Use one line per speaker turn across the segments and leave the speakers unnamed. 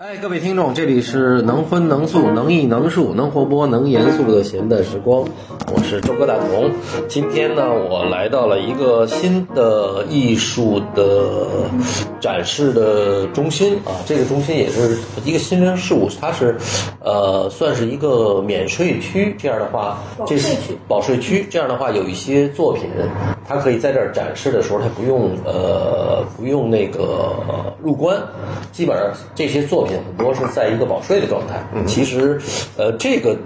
哎各位听众，这里是能荤能素能艺能术能活泼能严肃的闲淡时光，我是周哥大同。今天呢，我来到了一个新的艺术的展示的中心啊，这个中心也是一个新生事物，它是呃算是一个免税区，这样的话，这是保税区，这样的话有一些作品，它可以在这儿展示的时候，它不用呃不用那个入关，基本上这些作品很多是在一个保税的状态。其实，呃，这个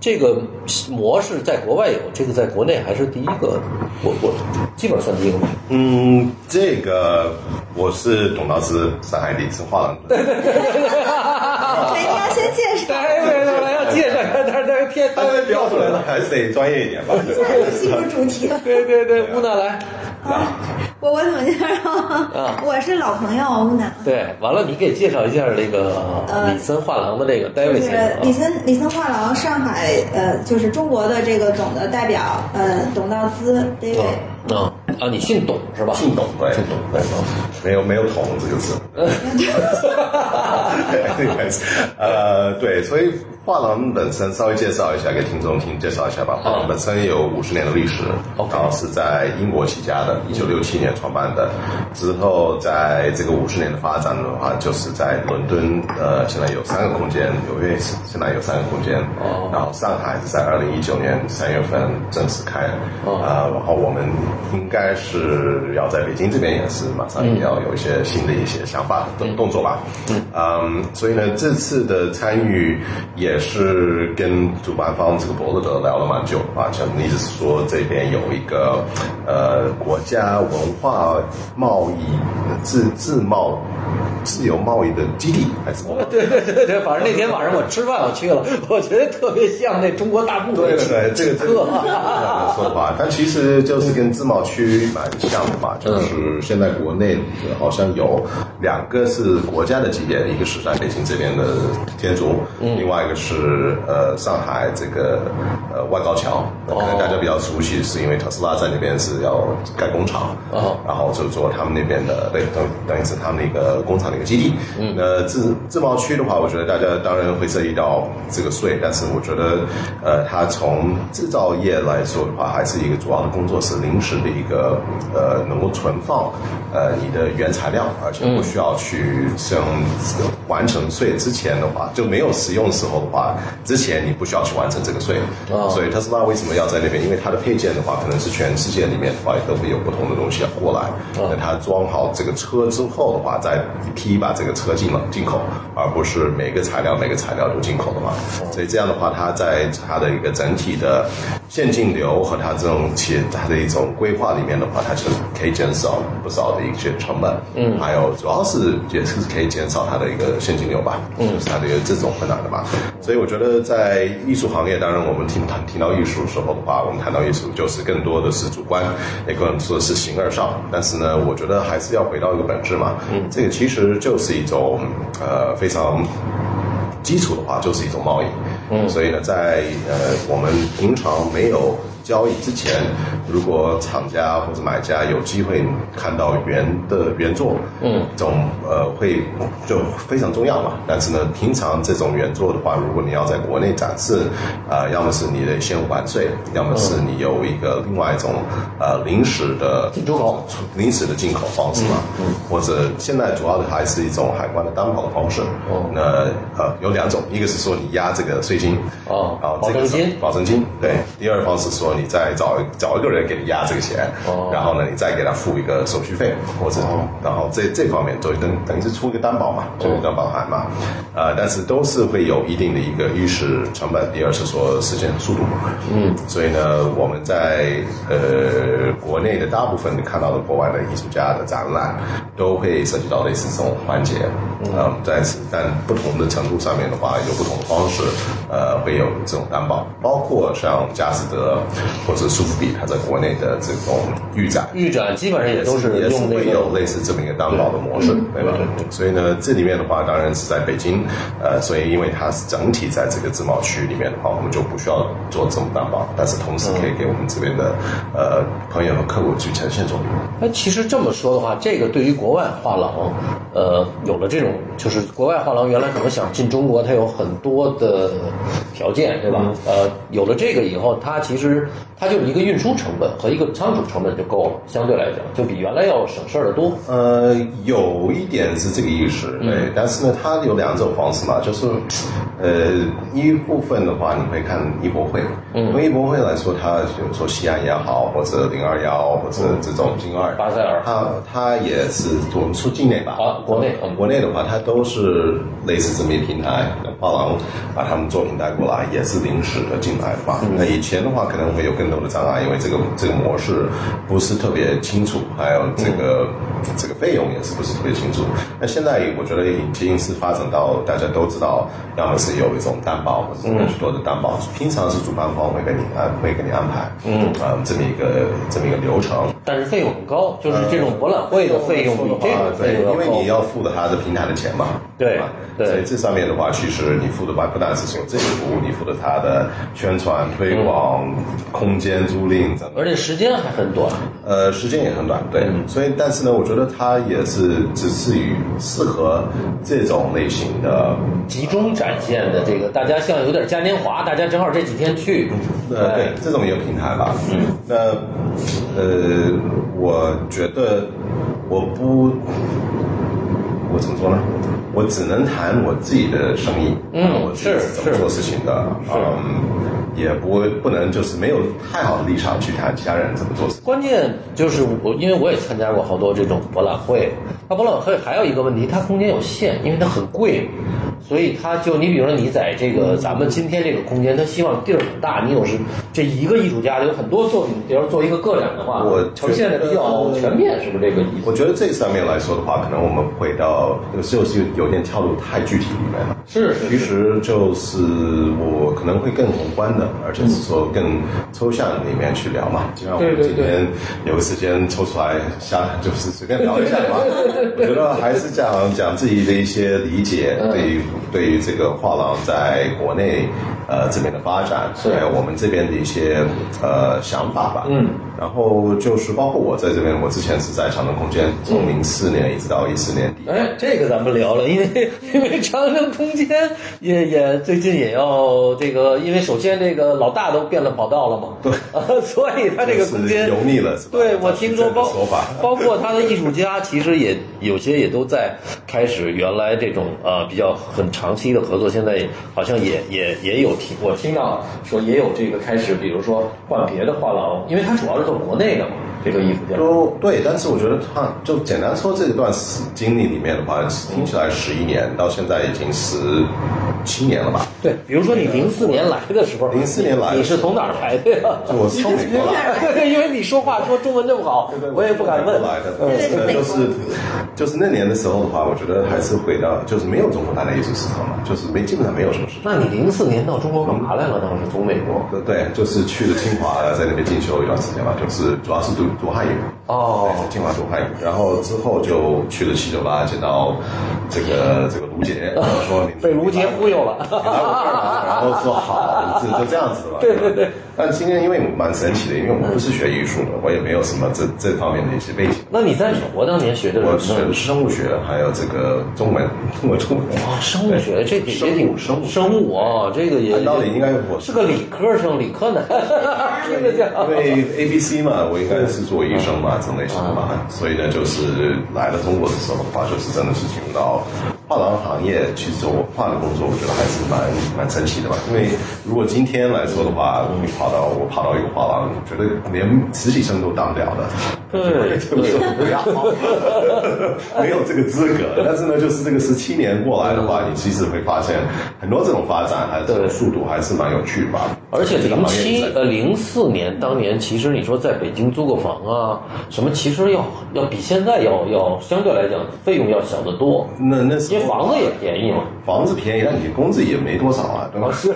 这个模式在国外有，这个在国内还是第一个，我我基本上算第一个吧。
嗯，这个我是董老师，上海理智画廊的。
啊
一定要先介绍。
哎，没有，我要介绍，他他偏
但是标准还是得专业一点吧。
技术主 题了
对对对，乌娜来，
啊！我我怎么介
啊
绍？我是老朋友乌娜，
对，完了你给介绍一下这个
呃
李森画廊的这个
就
David 先
是李
生啊，
森李森画廊上海呃，就是中国的这个总的代表呃，董道资 David。
啊啊，你姓董是吧？
嗯姓董对
姓董对。
没有没有“同”这个 字。呃，对，所以画廊本身稍微介绍一下给听众听，介绍一下吧。画廊本身有五十年的历史，
OK
然后是在英国起家的，一九六七年创办的。之后在这个五十年的发展的话，就是在伦敦，呃，现在有三个空间，纽约是现在有三个空间，
哦
然后上海是在二零一九年三月份正式开，啊、
哦
然后我们应该是要在北京这边也是马上也要有一些新的一些想法、动动作吧。嗯，所以呢，这次的参与也是跟主办方这个博乐德聊了蛮久啊，像你一直说这边有一个呃国家文化贸易呃自自贸自由贸易的基地还是什么？
对对对对，反正那天晚上我吃饭我去了，我觉得特别像那中国大部
对对对，这个这个
课
不能说吧，但其实就是跟自贸区蛮像的嘛，就是现在国内好像有两个是国家的级别，一个是在北京这边的天竺，另外一个是呃上海这个呃外高桥，可能大家比较熟悉，是因为特斯拉在那边是要盖工厂，
哦
然后就做他们那边的，对，等等于是他们的一个工厂的一个基地。嗯，那自自贸区的话，我觉得大家当然会涉及到这个税，但是我觉得，呃，它从制造业来说的话，还是一个主要的工作是临时的一个呃，能够存放呃你的原材料，而且不需要去像这个完成税之前的话，就没有使用时候的话，之前你不需要去完成这个税，
哦
所以。对特斯拉为什么要在那边？因为它的配件的话，可能是全世界里面的话都会有不同的东西要过来。那它装好这个车之后的话，再一批把这个车进了进口，而不是每个材料每个材料都进口的嘛。所以这样的话，它在它的一个整体的现金流和它这种企业它的一种规划里面的话，它就可以减少不少的一些成本。嗯，还有主要是也是可以减少它的一个现金流吧。嗯，就是它的一个这种困难的嘛。所以我觉得在艺术行业，当然我们听谈提到艺术的时候的话，我们谈到艺术就是更多的是主观，也更说是形而上。但是呢，我觉得还是要回到一个本质嘛。嗯，这个其实就是一种呃非常基础的话，就是一种贸易。嗯，所以呢，在呃我们平常没有交易之前，如果厂家或者买家有机会看到原的原作，嗯，这种呃会就非常重要嘛。但是呢，平常这种原作的话，如果你要在国内展示，啊、要么是你得先完税，要么是你有一个另外一种呃临时的
进出口嗯
临时的进口方式嘛，或者现在主要的还是一种海关的担保的方式。
哦
那呃有两种，一个是说你押这个税金，
哦
然后这个
保证金哦
是保证金，对。第二方是说你再找找一个人给你押这个钱，
哦
然后呢你再给他付一个手续费，或者、然后这这方面就等等于是出一个担保嘛，就是担保函嘛，
哦
呃，但是都是会有一定的一个一是成本，第二是说时间速度，嗯，所以呢我们在呃国内的大部分看到的国外的艺术家的展览都会涉及到类似这种环节，嗯，但是但不同的程度上面的话有不同的方式，呃，会有这种担保，包括像佳士得，或者苏富比它在国内的这种预展，
预展基本上也都是
也是
用那
会有
个
类似这么一个担保的模式，对吧？所以呢，这里面的话当然是在北京，呃，所以因为它是整体在这个自贸区里面的话，我们就不需要做这么担保，但是同时可以给我们这边的呃朋友和客户去呈现作品。
那其实这么说的话，这个对于国外画廊，呃，有了这种，就是国外画廊原来可能想进中国，它有很多的条件，对吧？
嗯
呃，有了这个以后，它其实它就是一个运输成本和一个仓储成本就够了，相对来讲就比原来要省事儿的多。
呃，有一点是这个意识，对，但是呢，它有两种方式嘛，就是，呃，一部分的话，你会看艺博会，嗯，对艺博会来说，它比如说西安也好，或者零二幺，或者这种零二，
巴塞尔
它它也是我们说境内吧，
啊，国内，嗯，
国内的话，它都是类似这么一平台，画廊把他们作品带过来，也是临时的进来的嘛。那以前的话，可能会有更多的障碍，因为这个这个模式不是特别清楚，还有这个、这个费用也是不是特别清楚。那现在我觉得已经是发展到大家都知道，要么是有一种担保，或者是许多的担保，平常是主办方会给你安会给你安排，嗯，啊、这么一个这么一个流程。
但是费用很高，就是这种博览会的费用比这个费
啊对，
用要
因为
高
你。要付的它的平台的钱嘛，
对
吧
对
所以这上面的话，其实你付的话不单是有这个服务，你付的它的宣传推
嗯
广、空间租赁等等。
而且时间还很短，
呃，时间也很短，对，
嗯
所以但是呢，我觉得它也是只是与适合这种类型的，
集中展现的这个，大家像有点嘉年华，大家正好这几天去，
呃，对
哎，
这种一个平台吧。嗯，那呃，我觉得我不，我怎么说呢？我只能谈我自己的生意，
嗯
我自己
是
怎么
是
做事情的，嗯，也不不能就是没有太好的立场去谈其他人怎么做事。
关键就是我，因为我也参加过好多这种博览会。它博览会还有一个问题，它空间有限，因为它很贵，所以它就你比如说你在这个咱们今天这个空间，它希望地儿很大，你有时这一个艺术家有很多作品，比如做一个个展的话，
我
呈现的比较全面，是不是这个意思？
我觉得这上面来说的话，可能我们回到有时候是有点跳入太具体里面了。
是
其实就是我可能会更宏观的，而且是说更抽象里面去聊嘛。就像我
对
们
对
今天有个时间抽出来瞎，就是随便聊一下嘛。 我觉得还是讲讲自己的一些理解，对于对于这个画廊在国内呃这边的发展，
是
还有我们这边的一些呃想法吧。
嗯，
然后就是包括我在这边，我之前是在长城空间，从零四年一直到一四年底。
嗯哎，这个咱们聊了，因为因为长城空间也也最近也要这个，因为首先这个老大都变了跑道了嘛，对，所以它这个空间
就是油腻了是吧
对，我听说包
这个说法
包括他的艺术家，其实也有些也都在开始原来这种呃比较很长期的合作，现在好像也也也有听我听到说也有这个开始，比如说换别的画廊，因为他主要是做国内的嘛，这个艺术家。
都对，但是我觉得他就简单说这一段时经历里面的话，听起来十一年到现在已经十七年了吧？
对，比如说你零四年来的时候，
04年来的
你是从哪儿来的呀？
就我是从美国来的。
因为你说话说中文这么好，我也不敢问。嗯
来的，呃就是就是那年的时候的话，我觉得还是回到就是没有中国大的艺术市场嘛，就是没基本上没有什么市场。
那你零四年到中国干嘛来了？当时从美国。
对对，就是去了清华，在那边进修一段时间嘛，就是主要是读读汉语，
哦
对清华读汉语，然后之后就去了七九八，见到这个这个卢杰，然后说你
啊被卢杰忽悠了
你来我这儿吧，然后说好，就就这样子吧。
对对对。
但今天因为蛮神奇的，因为我不是学艺术的，我也没有什么这这方面的一些背景。
那你在美国当年学的
我
是什
学的
么？
是生物学，还有这个中文，我中文。
啊，生物学，这也
生
挺
物生物
生物啊，这个也
按道理应该我
是个理科生，理科 男，听着
因
像。
为 A B C 嘛，我应该是做医生嘛，这类型的嘛，所以呢，就是来了中国的时候的话，就是真的是进入到画廊行业去做画的工作，我觉得还是蛮蛮神奇的吧。因为如果今天来说的话，你跑到我跑到一个画廊，我觉得连实习生都当不了的，
对
就受不了，没有这个资格。但是呢，就是这个十七年过来的话，你其实会发现很多这种发展还
对
是速度还是蛮有趣吧。
而且
这个
零
行业
七
在
呃零四年当年，其实你说在北京租个房啊，什么其实要要比现在要要相对来讲费用要小得多，
那那时
因
候
为房子也便宜嘛。
房子便宜，但你工资也没多少啊。的嘛，是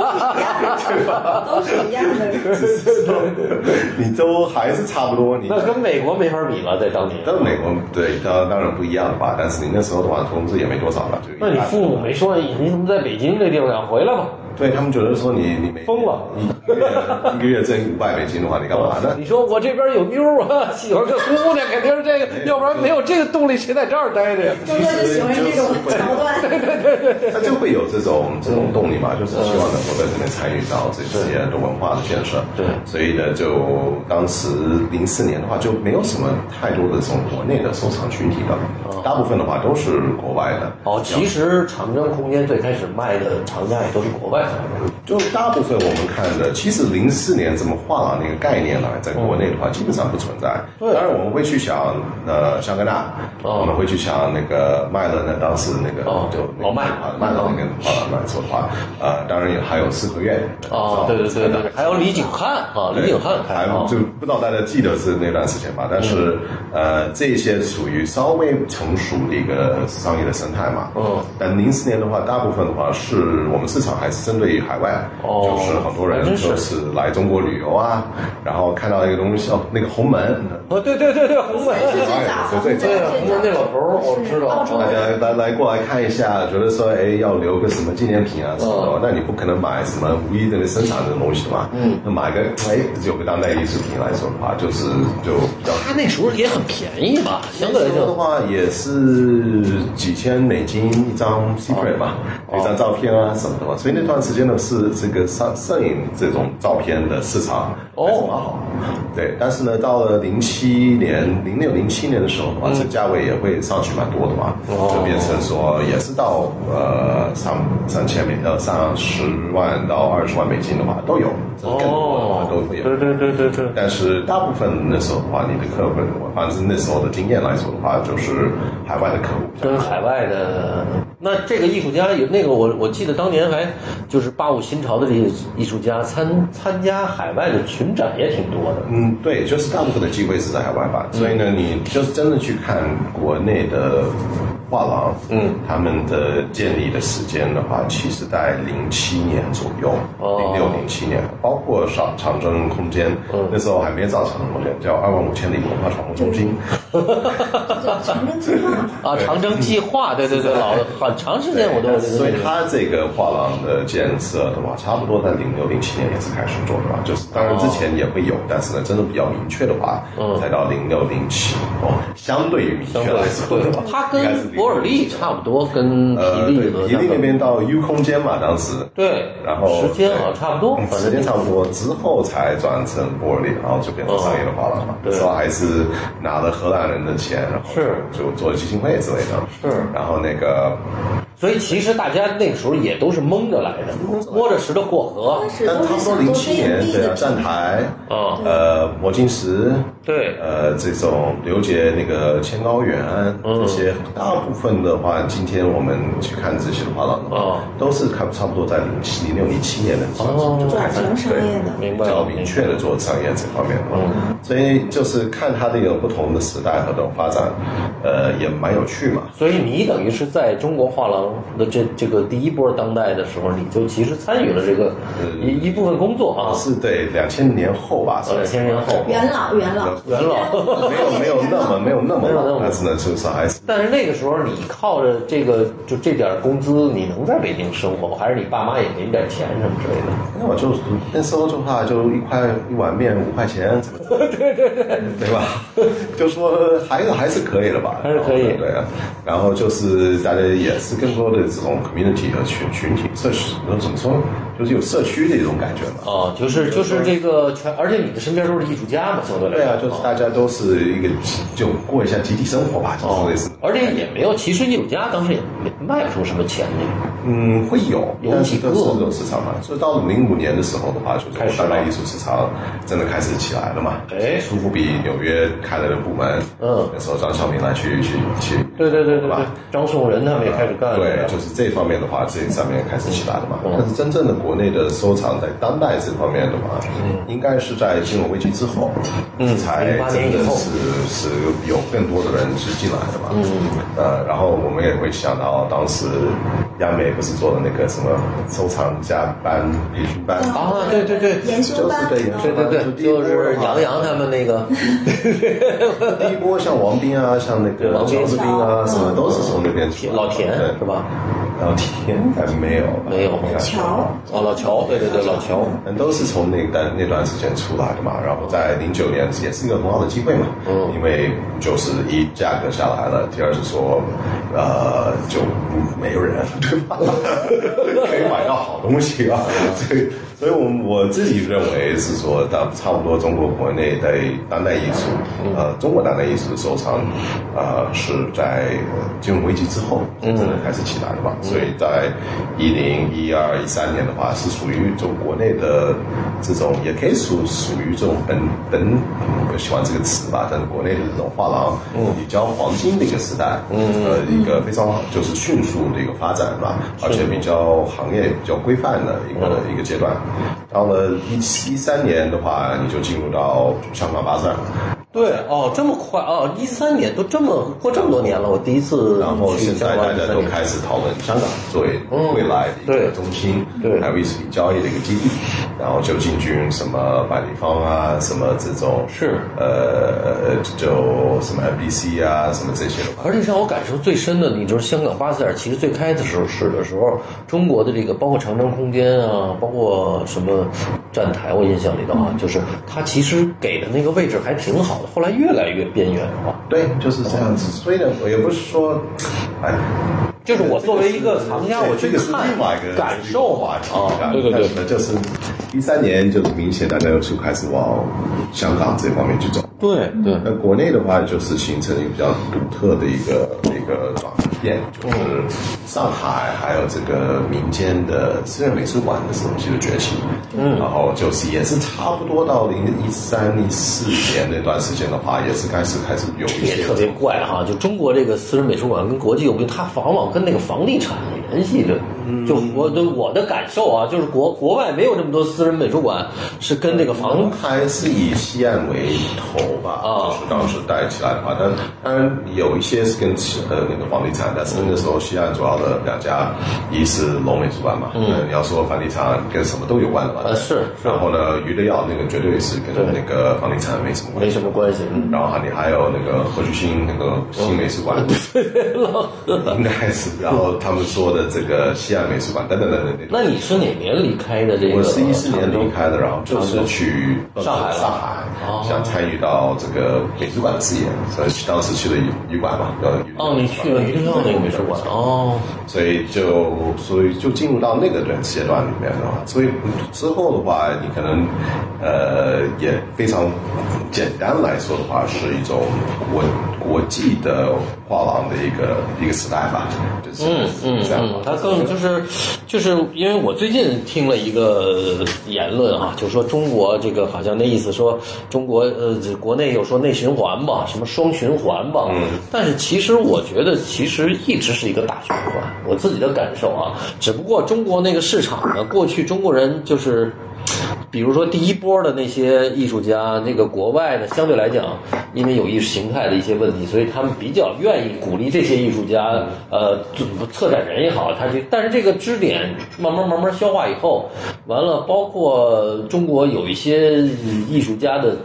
啊
都是一样的。
你都还是差不多，你
那跟美国没法比了，在当年。
但美国对它当然不一样吧，但是你那时候的话工资也没多少了，就一
那你
般
父母没说哎你怎么在北京这地方想回来吧？
对他们觉得说你你没
疯了，
你一个月一个月挣五百美金的话，你干嘛呢？
你说我这边有妞儿啊，喜欢个姑娘，肯定是这个，要不然没有这个动力，谁在这儿待着呀？
周哥就喜欢这种桥 段，
他就会有这种这种动力嘛，就是希望能够在这边参与到这些的文化的建设。
对
所以呢，就当时零四年的话，就没有什么太多的这种国内的收藏群体了，大部分的话都是国外的。
哦，其实长江空间最开始卖的厂家也都是国外的，
就大部分我们看的，其实零四年怎么画廊那个概念呢，在国内的话基本上不存在。
对
当然我们会去想，呃，香格纳，
哦
我们会去想那个麦乐呢，当时那个
哦
就
老麦
啊麦乐那个画廊来说的话，呃，当然也还有四合院。
哦，对对对对，还有李景汉啊，李景汉开
还
啊
就，不知道大家记得是那段时间吧，但是、
嗯
呃，这些属于稍微成熟的一个商业的生态嘛。
嗯
但零四年的话，大部分的话是我们市场还是针对于海外，
哦
就是很多人
还真是
就是来中国旅游啊，然后看到一个东西，哦，那个鸿门，
哦，对对对对，鸿门，
是最早的，
对
对鸿门那老头儿我知道，
大家来来过来看一下，觉得说哎要留个什么纪念品啊什么
嗯
的，那你不可能买什么无意的生产的东西的嘛。嗯，那买个哎有个当代艺术品来说的话，就是就比较
他那时候也很便宜吧，相对来
那时候的
讲，
话也是几千美金一张 secret 嘛，
哦
一张照片啊什么的嘛，所以那段时间呢是这个摄摄影这种照片的市场
哦
还是蛮好，对，但是呢到了零七年、零六、零七年的时候的话，这价位也会上去蛮多的嘛，
嗯哦
就变成说也是到呃三三千美呃上十万到二十万美金的话都有，这更多的话都会有。
哦对对对对对，
但是大部分那时候的话，你的客户，反正那时候的经验来说的话，就是海外的客户比较多。
跟海外的那这个艺术家有那个我我记得当年还就是八五新潮的这些艺术家参参加海外的群展也挺多的，
嗯，对，就是大部分的机会是在海外吧，
嗯
所以呢，你就是真的去看国内的画廊，
嗯，
他们的建立的时间的话，其实在零七年左右，
哦
零六零七年，包括长长征空间，
嗯
那时候还没造长征空间，叫二万五千里文化传播中心，
长征计划嘛。
啊，长征计划，对对对，老很长时间我都有这个
嗯所以它这个画廊的建设的话，差不多在零六零七年也是开始做的吧，就是当然之前也会有，但是呢，真的比较明确的话，
哦嗯
才到零六零七哦，相对于明确
相对
来说的话，
它
应该是
跟
06
伯尔利差不多，跟皮
呃，
利
对，
和
比利那边呃到 U 空间嘛，当时。
对，
然后
时间啊差不多，
嗯
反
时
正
间差不多之后才转成玻璃，然后就变成商业的画廊嘛。
嗯对
主要还是拿了荷兰人的钱，然后
是
就做基金会之类的。
是
然后那个
所以其实大家那个时候也都是蒙着来的，摸着石头过河
开。始
但
都是
差不多
想
零
做
七
内
年
地
对
的
啊，站台，
啊
呃，魔晶石，
对
呃，这种刘杰那个千高原
嗯
这些，大部分的话，今天我们去看这些画廊的
哦
话，都是看差不多在零七、零六、零七年的时
哦
候就开
转
始
型商业的。
明
比
白
较
了，
明确的做商业这方面的嘛，
嗯
所以就是看它这个不同的时代和这种发展，呃，也蛮有趣嘛。
所以你等于是在中国画廊的这这个第一波当代的时候，你就其实参与了这个一一部分工作啊，
是对两千年后吧，
两千年后
元老，元老，
元老。
没有没有那么没有那么
没有那么
老，但是呢，就是还是
但是那个时候你靠着这个就这点工资，你能在北京生活吗？还是你爸妈也给你点钱什么之类的？
那我就那时候的话，就一块一碗面五块钱，怎么对对对，对吧？ 就说还是还是可以的吧，
还是可以
对啊。然后就是大家也是更多的这种 community 和群群体社区，怎么说，就是有社区的一种感觉嘛。
哦，就是就是这个全，而且你的身边都是艺术家嘛，相对来
对
讲
啊，就是大家都是一个集就过一下集体生活吧，就是
哦
类似。，
而且也没有，其实艺术家当时也没卖不出什么钱的，
嗯，会有，
有
但
几
是
个
这是这种市场嘛。所以到了零五年的时候的话，就是
开始
当代
了
艺术市场真的开始起来了嘛。
哎
苏富比纽约开了个部门，
嗯
那时候张晓明来去去去，
对对对对
吧
对，张颂仁他们也开始干了，
对，就是这方面的话，这上面开始起来了嘛。
嗯
但是真正的国内的收藏在当代这方面的话，应该是在金融危机之后，
嗯
才
08
真
年以
的
后
是是有更多的人是进来的嘛。
嗯
呃，然后我们也会想到当时央美不是做的那个什么收藏家班、培训班。
啊，对对对，
研
就是
修班，
对研
对
修班
对对，就是杨洋他们那个，
第一波像王斌啊，像那个
王斌
乔治斌啊，什么都是从那边出来的。
老田
对
是？吧？
老田应该没有吧，
没有
应该
乔
哦，老乔，对对对，老乔，
嗯，都是从那段那段时间出来的嘛。然后在零九年也是一个很好的机会嘛，
嗯
因为就是一价格下来了，第二是说，呃，就没有人，对吧？可以买到好东西啊，所以。所以我，我自己认为是说，到差不多中国国内在当代艺术，呃，中国当代艺术的收藏，呃，是在金融危机之后，真的开始起来的嘛。所以在一零、一二、一三年的话，是属于中国内的这种，也可以属属于这种本本，嗯我喜欢这个词吧，但是国内的这种画廊，比较黄金的一个时代，嗯，呃，一个非常就是迅速的一个发展吧，而且比较行业也比较规范的一个、一个阶段。到了一七一三年的话，你就进入到香港巴塞尔，
对哦，这么快哦，一三年都这么过这么多年了，我第一次
然后
去
现
香
在大
港
家
13
都
年
开始讨论香港作为
嗯
未来的一
对
个中心，
对
还有艺术品交易的一个基地，然后就进军什么百丽坊啊，什么这种
是
呃，就什么 MBC 啊，什么这些的话，
而且让我感受最深的，你就是香港巴塞尔，其实最开的时候是的时候，中国的这个包括长征空间啊，包括什么站台，我印象里头啊，
嗯
就是它其实给的那个位置还挺好的，后来越来越边缘化。
对，就是这样子。所以呢，我也不是说，哎，
就是我作为一个藏家，
这
我去
这个是
看
另外一个
感受
话
嘛
题
啊，对对
但
对
是，呢，就是一三年就是明显大家就开始往香港这方面去走。
对对
那国内的话，就是形成一个比较独特的一个一个转变，就是上海还有这个民间的私人美术馆的东西的崛起，嗯，然后就是也是差不多到零一三一四年那段时间的话，也是开始开始有一
也
些
特别怪哈、就中国这个私人美术馆跟国际有名，它往往跟那个房地产联系着。就我的我的感受啊，就是国国外没有这么多私人美术馆是跟这个房
王还是以西岸为头吧，
啊
就是当时带起来的话，但当然有一些是跟其呃那个房地产，但是那个时候西岸主要的两家，一是龙美术馆嘛，嗯，你要说房地产跟什么都有关的嘛，
呃是是
然后呢，余德耀那个绝对是跟
对
那个房地产没什么关
没
系
什。么关系。嗯
然后还你还有那个何菊新那个新美术馆，
哦
应该是，然后他们说的这个西岸美术馆等等等等等等，
那你是哪年离开的这个？
我是一四年离开的，然后就是去呃
上海了
上海
哦，
想参与到这个美术馆的事业，所以当时去了旅旅馆嘛，呃，旅
哦，你去了一定要那个美术馆哦，
所以就所以就进入到那个段阶段里面了。所以之后的话，你可能呃也非常简单来说的话，是一种国国际的画廊的一个一个时代吧，就是
嗯嗯
这样吧
嗯，它更就是就是因为我最近听了一个言论啊，就说中国这个好像那意思说中国呃这国内有说内循环吧，什么双循环吧，
嗯
但是其实我觉得其实一直是一个大循环，我自己的感受啊，只不过中国那个市场呢，过去中国人就是。比如说第一波的那些艺术家，那个国外呢，相对来讲，因为有意识形态的一些问题，所以他们比较愿意鼓励这些艺术家，呃，做策展人也好，他去。但是这个支点慢慢慢慢消化以后，完了，包括中国有一些艺术家的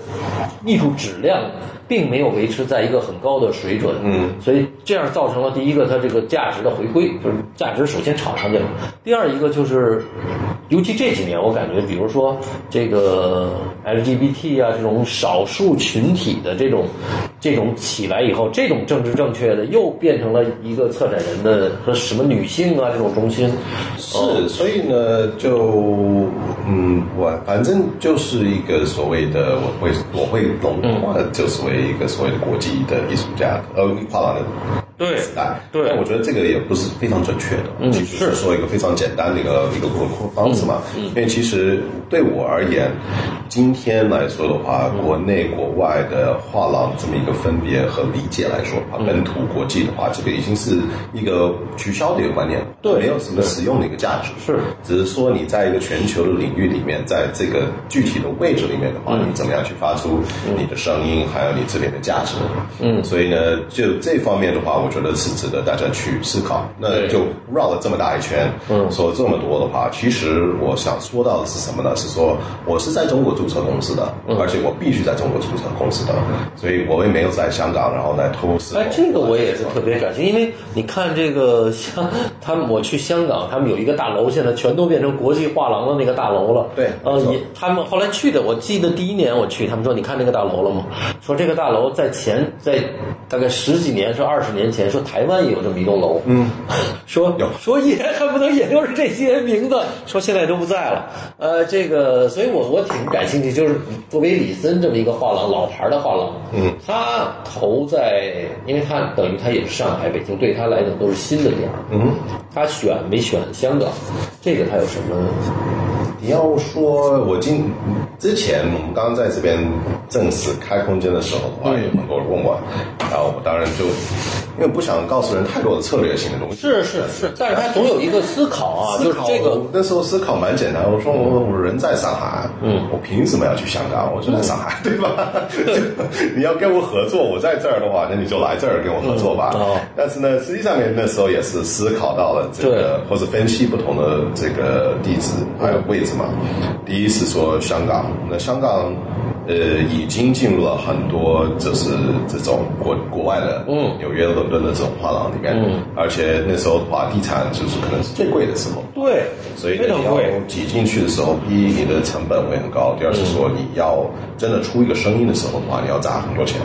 艺术质量并没有维持在一个很高的水准，
嗯，
所以这样造成了第一个它这个价值的回归，就是价值首先炒上去了。第二一个就是，尤其这几年我感觉，比如说这个 LGBT 啊这种少数群体的这种这种起来以后，这种政治正确的又变成了一个策展人的和什么女性啊这种中心，
是，所以呢，就嗯，我反正就是一个所谓的，我会我会笼统的，就所谓一个所谓的国际的艺术家，呃，画廊的
对
时代。
对
但我觉得这个也不是非常准确的，
嗯
其实
是
说一个非常简单的一个一个沟通方式嘛。
嗯
因为其实对我而言，今天来说的话，
嗯
国内国外的画廊这么一个分别和理解来说的
嗯
话，本土国际的话，这个已经是一个取消的一个观念，
对
没有什么实用的一个价值。
是
只是说你在一个全球的领域里面，在这个具体的位置里面的话，
嗯
你怎么样去发出你的声音，还有你这边的价值。
嗯
所以呢，就这方面的话，我觉得是值得大家去思考。那
对
就绕了这么大一圈，
嗯
说这么多的话，其实我想说到的是什么呢？是说我是在中国注册公司的，
嗯
而且我必须在中国注册公司的，所以我也没有在香港，然后来偷私。
哎，这个我也是特别感兴趣，因为你看这个香，他们我去香港，他们有一个大楼，现在全都变成国际画廊的那个大楼了。
对
呃
没，错
也他们后来去的，我记得第一年我去，他们说你看那个大楼了吗？说这个大楼在前在大概十几年，说二十年前，说台湾也有这么一栋楼，嗯， 说
有
说也恨不得也就是这些名字，说现在都不在了。呃，这个，所以我我挺感兴趣，就是作为李森这么一个画廊老牌的画廊，
嗯，
他投在，因为他等于他也是上海、北京，对他来讲都是新的点儿，
嗯。
他选没选香港，这个他有什么？
你要说我今之前我们刚刚在这边正式开空间的时候的话，
嗯
有很多人问我，然后我当然就因为不想告诉人太多的策略性的东西。
是是是，但是他总有一个思考啊，
思
就是
考
这个，
那时候思考蛮简单，我说我我人在上海，
嗯
我凭什么要去香港？我就在上海，对 吧？你要跟我合作，我在这儿的话，那你就来这儿跟我合作吧。
嗯哦
但是呢，实际上面那时候也是思考到了这个，或者分析不同的这个地址还有位置嘛。第一是说香港，那香港。呃，已经进入了很多就是这种国国外的，
嗯
纽约、伦敦的这种画廊里面，
嗯
而且那时候的话，地产就是可能是最贵的时候，
对，
所以
非常
你要
贵，
挤进去的时候，第一你的成本会很高，第二是说你要真的出一个声音的时候的话，你要砸很多钱。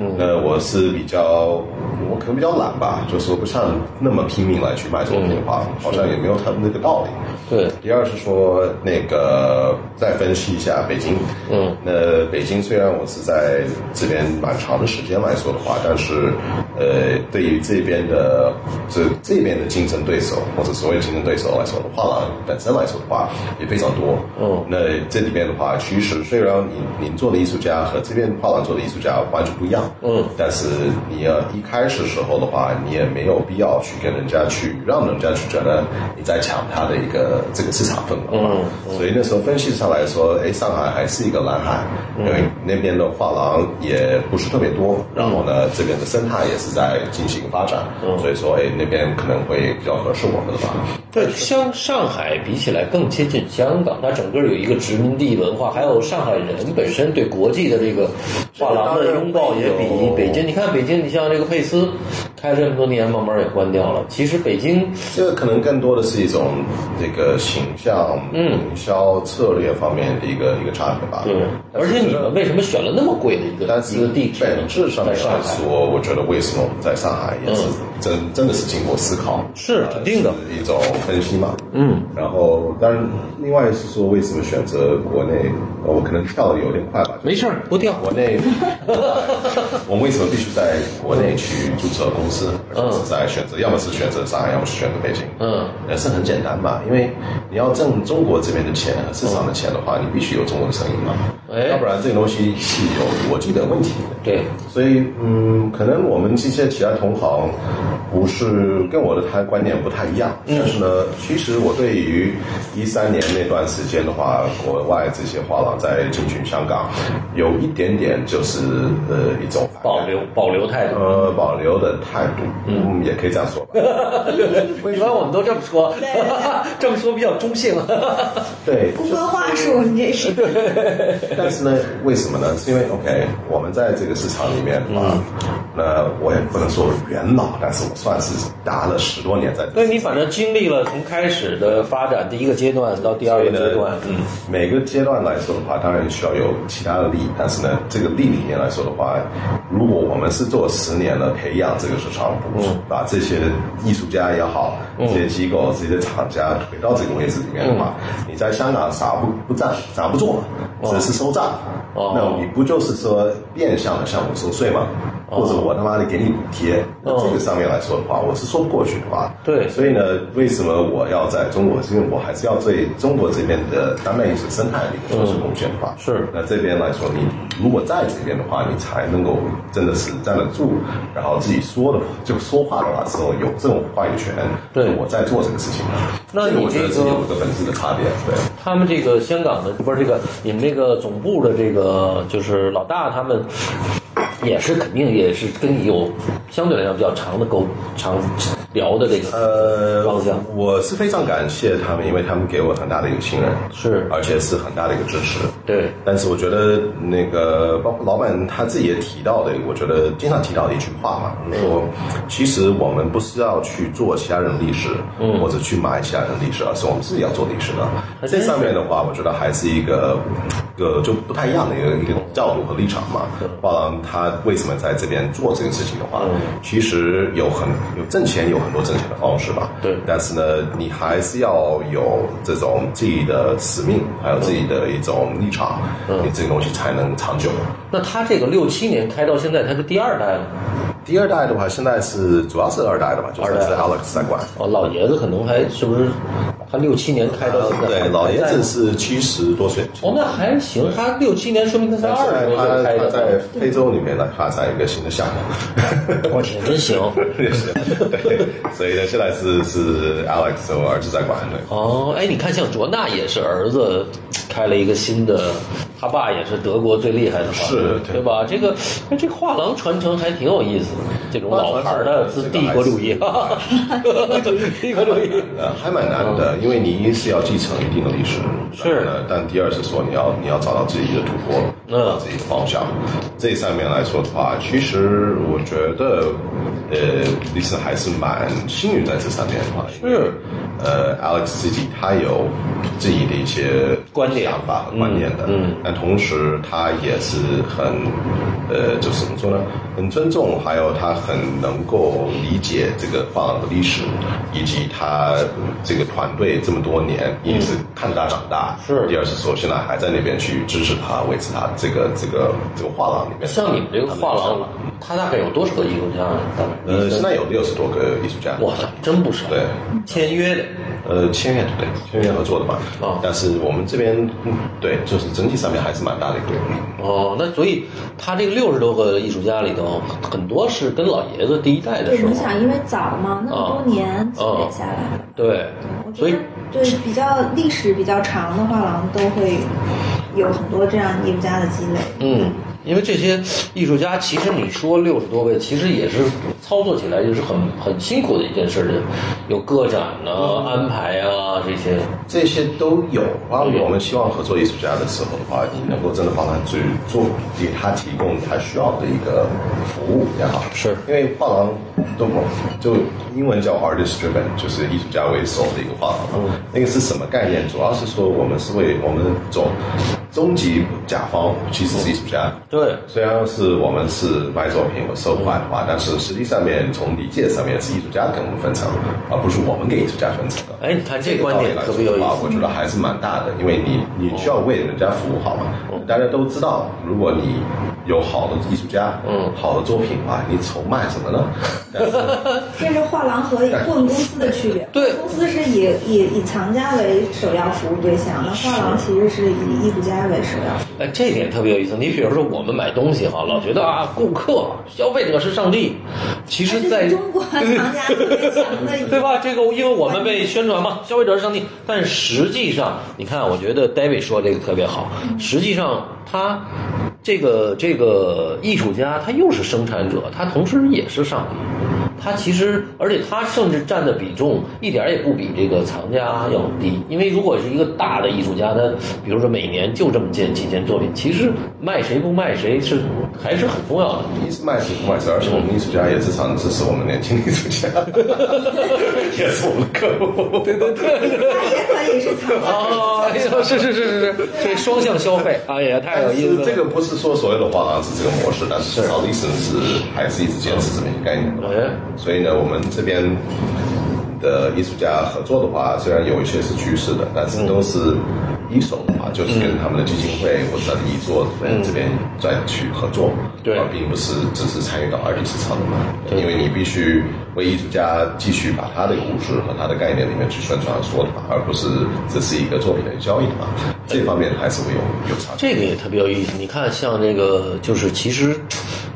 嗯
那我是比较，我可能比较懒吧，就是说不像那么拼命来去卖作品的话，
嗯
好像也没有他们那个道理。
对，
第二是说那个再分析一下北京，
嗯，
那北京虽然我是在这边蛮长的时间来说的话，但是呃，对于这边的这这边的竞争对手或者所谓的竞争对手来说的话，画廊本身来说的话也非常多，
嗯
那这里面的话，其实虽然你您做的艺术家和这边画廊做的艺术家完全不一样，
嗯
但是你要一开始时候的话，你也没有必要去跟人家去让人家去觉得你在抢他的一个这个市场份额嘛。
嗯
所以那时候分析上来说，哎，上海还是一个蓝海，
嗯
因为那边的画廊也不是特别多，然后呢，这边的生态也是在进行发展，
嗯
所以说，哎，那边可能会比较合适我们的吧。
对，相上海比起来更接近香港，它整个有一个殖民地文化，还有上海人本身对国际的这个画廊的拥抱也比北京。你看北京，你像这个佩斯，开这么多年，慢慢也关掉了。其实北京，
这个可能更多的是一种这个形象、
嗯
营销策略方面的一个一个差别吧。
对，而且你们为嗯什么选了那么贵的一个
嗯但
一
是
个地址呢？
本质上
在
面
上
来
海
说，我觉得为什么我们在上海也是
嗯
真、真的是经过思考，
是肯定的，
是一种分析嘛。
嗯，
然后，当然，另外是说为什么选择国内，呃我可能跳的有点快吧。
没事儿，不掉。
国 内，我们为什么必须在国内去注册公司？而且是在选择，要么是选择上海，要么是选择北京。
嗯，
也是很简单嘛，因为你要挣中国这边的钱和市场的钱的话，你必须有中国的声音嘛，
哎
要不然这个东西是有逻辑的问题的。
对，
所以，嗯，可能我们这些其他同行不是跟我的他观念不太一样，
嗯
但是呢，其实我对于一三年那段时间的话，国外这些画廊在进军香港，有一点点就是呃一种反感
保留保留态度。
呃保留的态度，嗯，也可以这样说 吧。
一般我们都这么说
对对，
这么说比较中 性。
对，
不说话术，你这是
但是呢，为什么呢？是因为 OK，我们在这个市场里面啊，
嗯
那我也不能说元老，但是我算是打了十多年在这个
对你反正经历了从开始的发展第一个阶段到第二个阶段，嗯，
每个阶段来说的话，当然需要有其他的利益，但是呢，这个利益里面来说的话，如果我们是做十年了培养这个市场，
嗯
把这些艺术家也好，这些机构、这些厂家推
嗯
到这个位置里面的话，你在香港啥不不站，啥不做，只是收账，
哦
那你不就是说变相的向我收税吗？
哦
或者我他妈的给你补贴？那
哦
这个上面来说的话，我是说不过去的话。
对
所以呢，为什么我要在中国？是因为我还是要对中国这边的当代艺术生态里面做出贡献的话。
是
那这边来说，你如果在这边的话，你才能够真的是站得住，然后自己说的就说话的话时候有这种话语权。
对
我在做这个事情呢。
那
这个
你
我觉得
这
是
个
有一个本质的差别。对。
他们这个香港的不是这个你们这个总部的这个就是老大他们。也是肯定也是跟你有相对来讲比较长的沟长聊的这个
呃，
方向
我是非常感谢他们，因为他们给我很大的一个信任，
是
而且是很大的一个支持。
对
但是我觉得那个包括老板他自己也提到的，我觉得经常提到的一句话嘛，说其实我们不是要去做其他人的历史，嗯，或者去买其他人的历史，而是我们自己要做历史
还
的。
真
这
是
上面的话，我觉得还是一个个就不太一样的一个一个角度和立场嘛。包括他为什么在这边做这个事情的话，其实有很有挣钱有很多挣钱的方式吧，
对
但是呢，你还是要有这种自己的使命，还有自己的一种立场，
嗯
你这个东西才能长久。
那他这个六七年开到现在，他是第二代了。
第二代的话，现在是主要是二代的吧，就
二
是
代
是 Alex 在管。
哦，老爷子可能还是不是？他六七年开到现在，
对，老爷
还在
子是七十多岁。
哦，那还行，他六七年说明他才
但
二
现
十
在
多岁开
他他在
的，
非洲里面呢发展一个新 的项目，
我天，真行。
也是对，所以呢，现在是是 Alex 我儿子在管的。
哦，哎，你看，像卓娜也是儿子开了一个新的，他爸也是德国最厉害的画廊，
是对
对吧？这个哎这画廊传承还挺有意思的，这种老牌儿的是帝国主 义，哈哈哈哈 帝国主义。
呃，还蛮难的，因为你一是要继承一定的历史，
是
呃，但第二是说你要你要找到自己的突破，
嗯
找到自己的方向。这上面来说的话，其实我觉得，呃，历史还是蛮幸运在这上面的话，因为
是，
呃，Alex 自己他有自己的一些
观点
想法和观念的，
嗯嗯
但同时他也是很，呃，就是怎么说呢？很尊重，还有他很能够理解这个画廊的历史，以及他这个团队这么多年，一是看着他长大，
嗯是
第二是说现在还在那边去支持他，维持他这个这个这个画廊里面。
像你们这个画廊，它大概有多少个艺术家啊？大概
呃，现在有六十多个艺术家，
哇，真不少。
对，
签约的。
呃，签约对签约合作的嘛，
哦
但是我们这边嗯对，就是整体上面还是蛮大的一个规模。
哦，那所以他这个六十多个艺术家里头，很多是跟老爷子第一代的
对，
时
你
候，
想，因为早嘛，那么多年积累下来，
对，
我
所
觉
以
得对比较历史比较长的画廊都会有很多这样艺术家的积累。
嗯，因为这些艺术家，其实你说六十多位，其实也是操作起来就是很很辛苦的一件事情，有个展呐、
嗯
安排啊这些，
这些都有。包括我们希望合作艺术家的时候的话，你能够真的帮他去做，给他提供他需要的一个服务也好。
是
因为画廊都就英文叫 artist driven，就是艺术家为首的一个画廊。嘛。那个是什么概念？主要是说我们是为我们总终极甲方其实是艺术家。
对，
虽然是我们是卖作品和收款的话，但是实际上面从理解上面是艺术家跟我们分成，而不是我们给艺术家分成的。
哎，你看这
个
观点特别有意
话，
思，
我觉得还是蛮大的，因为你你需要为人家服务好嘛。大家都知道，如果你有好的艺术家，
嗯
好的作品啊，你愁卖什么呢？但是
这是画廊和顾问公司的区别。
对
公司是以以以藏家为首要服务对象，那画廊其实是以艺术家为首要服务。
哎，这点特别有意思。你比如说，我们买东西哈，老觉得啊，顾客、消费者是上帝。其实
这
在，
是中国藏家特别强的一 个
对吧？这个因为我们被宣传嘛，消费者是上帝。但实际上，你看，我觉得 David 说这个特别好。实际上，他这个这个艺术家，他又是生产者，他同时也是上帝。他其实，而且他甚至占的比重一点儿也不比这个藏家要低，因为如果是一个大的艺术家，他比如说每年就这么件几件作品，其实卖谁不卖谁是还是很重要的。
你是卖是不卖是，而且我们艺术家也至少支持我们年轻艺术 家，也是我们客户。对对对。
他也可以是藏家。
哦，哎呦是是是是是，这双向消费，哎呀，太有意思了。
这个不是说所有的画廊是这个模式，但是至少 l i s t e n 是还是一直坚持这么一个概念的。
哎
所以呢，我们这边的艺术家合作的话，虽然有一些是去世的，但是都是一手的
嗯
话，就是跟他们的基金会或者遗作这边再去合作，
对
而并不是只是参与到二级市场的嘛。
对
因为你必须为艺术家继续把他的故事和他的概念里面去宣传说的嘛，而不是只是一个作品的交易的嘛。这方面还是会有有差距。
这个也特别有意思。你看，像这个就是，其实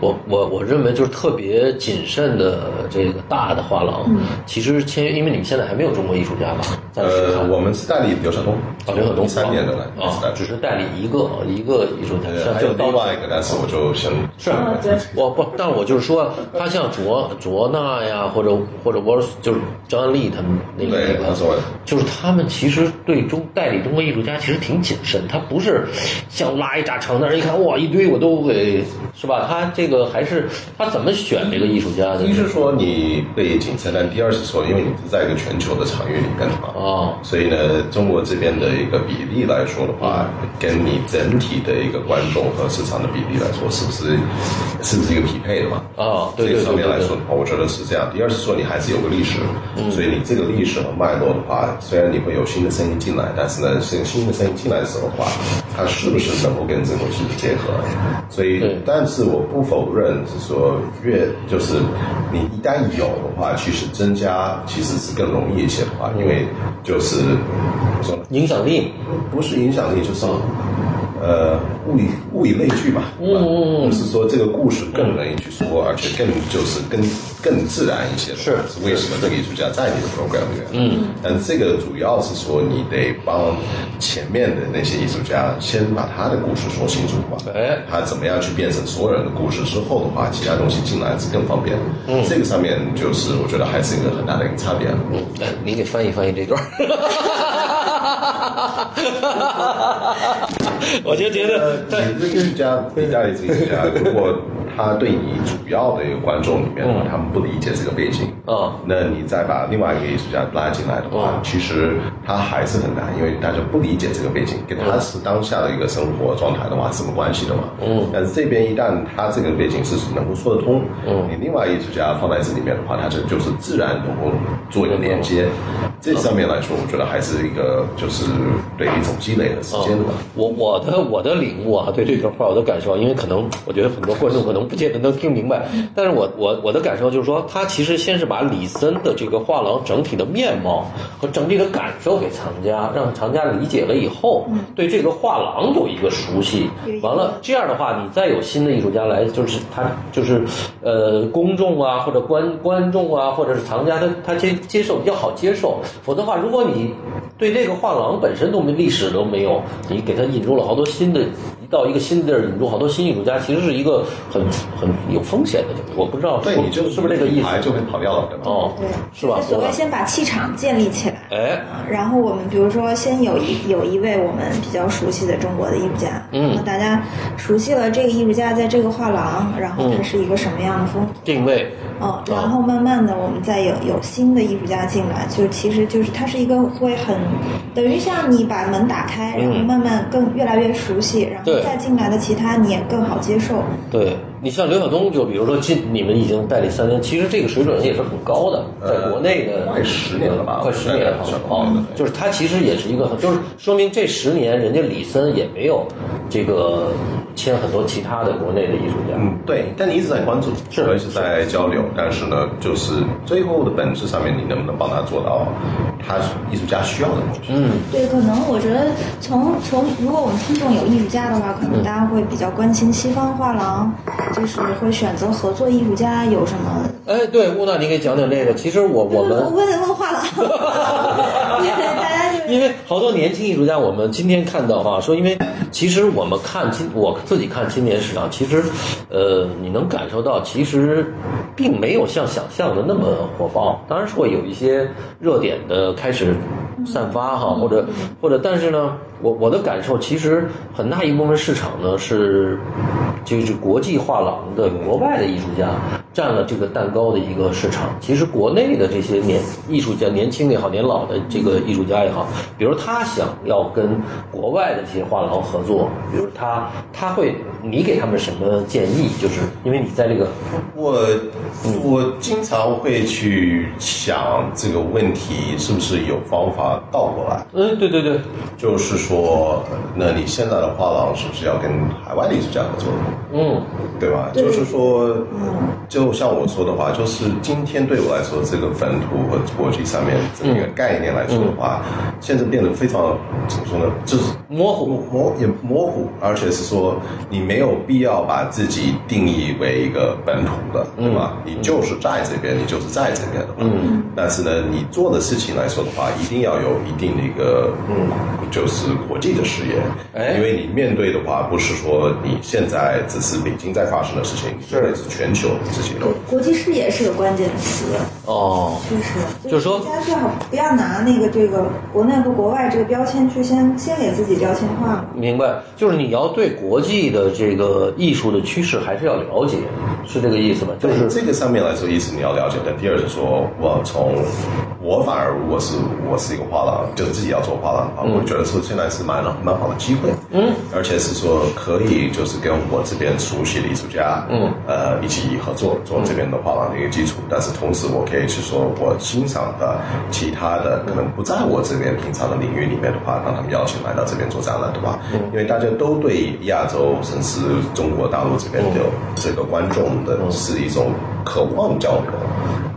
我我我认为就是特别谨慎的这个大的画廊，其实签，因为你们现在还没有中国艺术家吧？暂时
呃，
看
我们是代理刘晓东，
啊，刘晓东
三年的了，
啊
是代，理
只是代理一个一个艺术家，
呃
像
还
就
有
到
另外一个，但是我就先
是
啊，对，
我不，但我就是说，他像卓卓娜呀，或者或者我就是张安利他们那个
对
那
他
个
说的，
就是他们其实对中代理中国艺术家其实挺谨慎，他不是像拉一大长单儿一看哇一堆我都给是吧？他这个还是他怎么选这个艺术家的
一是说你背景承担，第二是说因为你是在一个全球的场域里面的嘛，
哦，
所以呢，中国这边的一个比例来说的话，跟你整体的一个观众和市场的比例来说，是不是是不是一个匹配的嘛？
啊对对
这上面
对对嗯
来说的话，我觉得是这样。第二是说你还是有个历史，所以你这个历史和脉络的话，虽然你会有新的声音进来，但是呢，新新的声音进来的时候的话，它是不是能够跟这个去结合？所以
对，
但是我不否认是说越就是你一旦有的话，其实增加其实是更容易一些的话，因为就是怎么说呢
影响力，
不是影响力，就是呃物以物以类聚吧，对吧
嗯嗯嗯
就是说这个故事更容易去说，而且更就是更更自然一些的，
是
是为什么这个艺术家在你的 program 里面？嗯，但这个主要是说你得帮前面的那些艺术家先把他的故事说清楚吧，
哎
他怎么样去变成所有人的故事之后的话，其他东西进来是更方便的。嗯，这个上面就是我觉得还是一个很大的一个差别。嗯。
哎，你给翻译翻译这段儿。 我就觉得，对，
你这个艺术家，意大利这个艺术家，如果他对你主要的一个观众里面的话，他们不理解这个背景，
啊，
那你再把另外一个艺术家拉进来的话
嗯，
其实他还是很难，因为大家不理解这个背景，跟他是当下的一个生活状态的话是没关系的嘛。
嗯
但是这边一旦他这个背景是能够说得通，
嗯
你另外艺术家放在这里面的话，他就就是自然能够做一个连接。这上面来说，我觉得还是一个就是对一种积累的时间的吧。
嗯我我的我的领悟啊，对这段话我的感受啊，因为可能我觉得很多观众可能不见得能听明白，
嗯
但是我我我的感受就是说，他其实先是把李森的这个画廊整体的面貌和整体的感受给藏家，让藏家理解了以后，对这个画廊有一个熟悉
嗯有一，个
完了这样的话，你再有新的艺术家来，就是他就是呃公众啊，或者观观众啊，或者是藏家，他他接接受比较好接受。否则的话，如果你对这个画廊本身都没历史都没有，你给他引入了好多新的，一到一个新的地儿引入好多新艺术家，其实是一个很很有风险的。我不知道
对，
说
你就是
不是这个意思？
就会跑掉了，对吧？
哦，
对，
是吧？
所谓先把气场建立起来。
哎，
然后我们比如说，先有一有一位我们比较熟悉的中国的艺术家，
嗯
那大家熟悉了这个艺术家在这个画廊，然后
嗯
他是一个什么样的风格，
定位，
嗯，然后慢慢的我们再有有新的艺术家进来，就其实就是它是一个会很，等于像你把门打开，然后
嗯
慢慢更越来越熟悉，然后
对
再进来的其他你也更好接受，
对你像刘晓东，就比如说进你们已经代理三年，其实这个水准也是很高的，在国内的
呃快十年了吧
快十年了
快十年了
哦，
对
就是他其实也是一个很，就是说明这十年人家李森也没有这个签很多其他的国内的艺术家，
嗯，对，但你一直在关注，
是
我一直在交流，但是呢，就是最后的本质上面，你能不能帮他做到他艺术家需要的东西？
嗯，
对，可能我觉得从从如果我们听众有艺术家的话，可能大家会比较关心西方画廊，就是会选择合作艺术家有什么。
哎，对，乌娜，你给讲讲这个，其实我我们
问问 问画廊，对，大家就是
因为好多年轻艺术家，我们今天看到哈，说因为其实我们看今我自己看今年市场，其实，呃，你能感受到，其实并没有像想象的那么火爆。当然是会有一些热点的开始散发哈，或者或者，但是呢，我我的感受其实很大一部分市场呢是，就是国际画廊的国外的艺术家占了这个蛋糕的一个市场。其实国内的这些年艺术家，年轻的也好，年老的这个艺术家也好，比如他想要跟国外的这些画廊合作，比如他他会你给他们什么建议？就是因为你在这个
我
嗯
我经常会去想这个问题是不是有方法倒过来，
嗯，对对对，
就是说，呃那你现在的画廊是不是要跟海外的艺术家合作，
嗯
对吧？
对
就是说，呃
嗯，
就像我说的话，就是今天对我来说，这个本土和国际上面这么一个概念来说的话，现在变得非常怎么说呢？就是
嗯模糊，
模模也模糊，而且是说你没有必要把自己定义为一个本土的，对吧？你就是在这边，你就是在这边的。
嗯，
但是呢，你做的事情来说的话，一定要有一定的一个，嗯，就是国际的视野，
哎
因为你面对的话，不是说你现在只是北京在发生的事情，
是
对是全球的事情。
国际视野是个关键词，
哦，
确实。
就是说
大家最好不要拿那个这个国内和国外这个标签去先先给自己标签化了。
明白，就是你要对国际的这个艺术的趋势还是要了解，是这个意思吧？就
就是
是
这个上面来说，一是你要了解的；第二是说，我从我反而我是我是一个画廊，就是自己要做画廊的
嗯
话，我觉得说现在是蛮蛮好的机会，嗯，而且是说可以就是跟我这边熟悉的艺术家，
嗯，
呃，一起合作做这边的画廊的一个基础，但是同时我可以去说我欣赏的其他的可能不在我这边平常的领域里面的话，让他们邀请来到这边做展览的话，因为大家都对亚洲甚至中国大陆这边的这个观众的是一种渴望交流，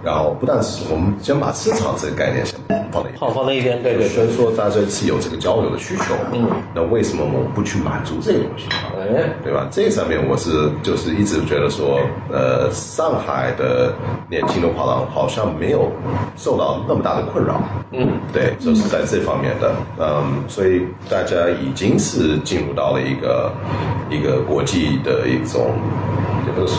然后不但是我们先把市场这个概念先放在一边。
放放在一边，对对对。
虽然说大家是有这个交流的需求，嗯，那为什么我们不去满足这个东西？
哎，
对吧？这上面我是就是一直觉得说，呃，上海的年轻的画廊好像没有受到那么大的困扰，
嗯，
对，就是在这方面的，嗯，所以大家已经是进入到了一个一个国际的一种。也不是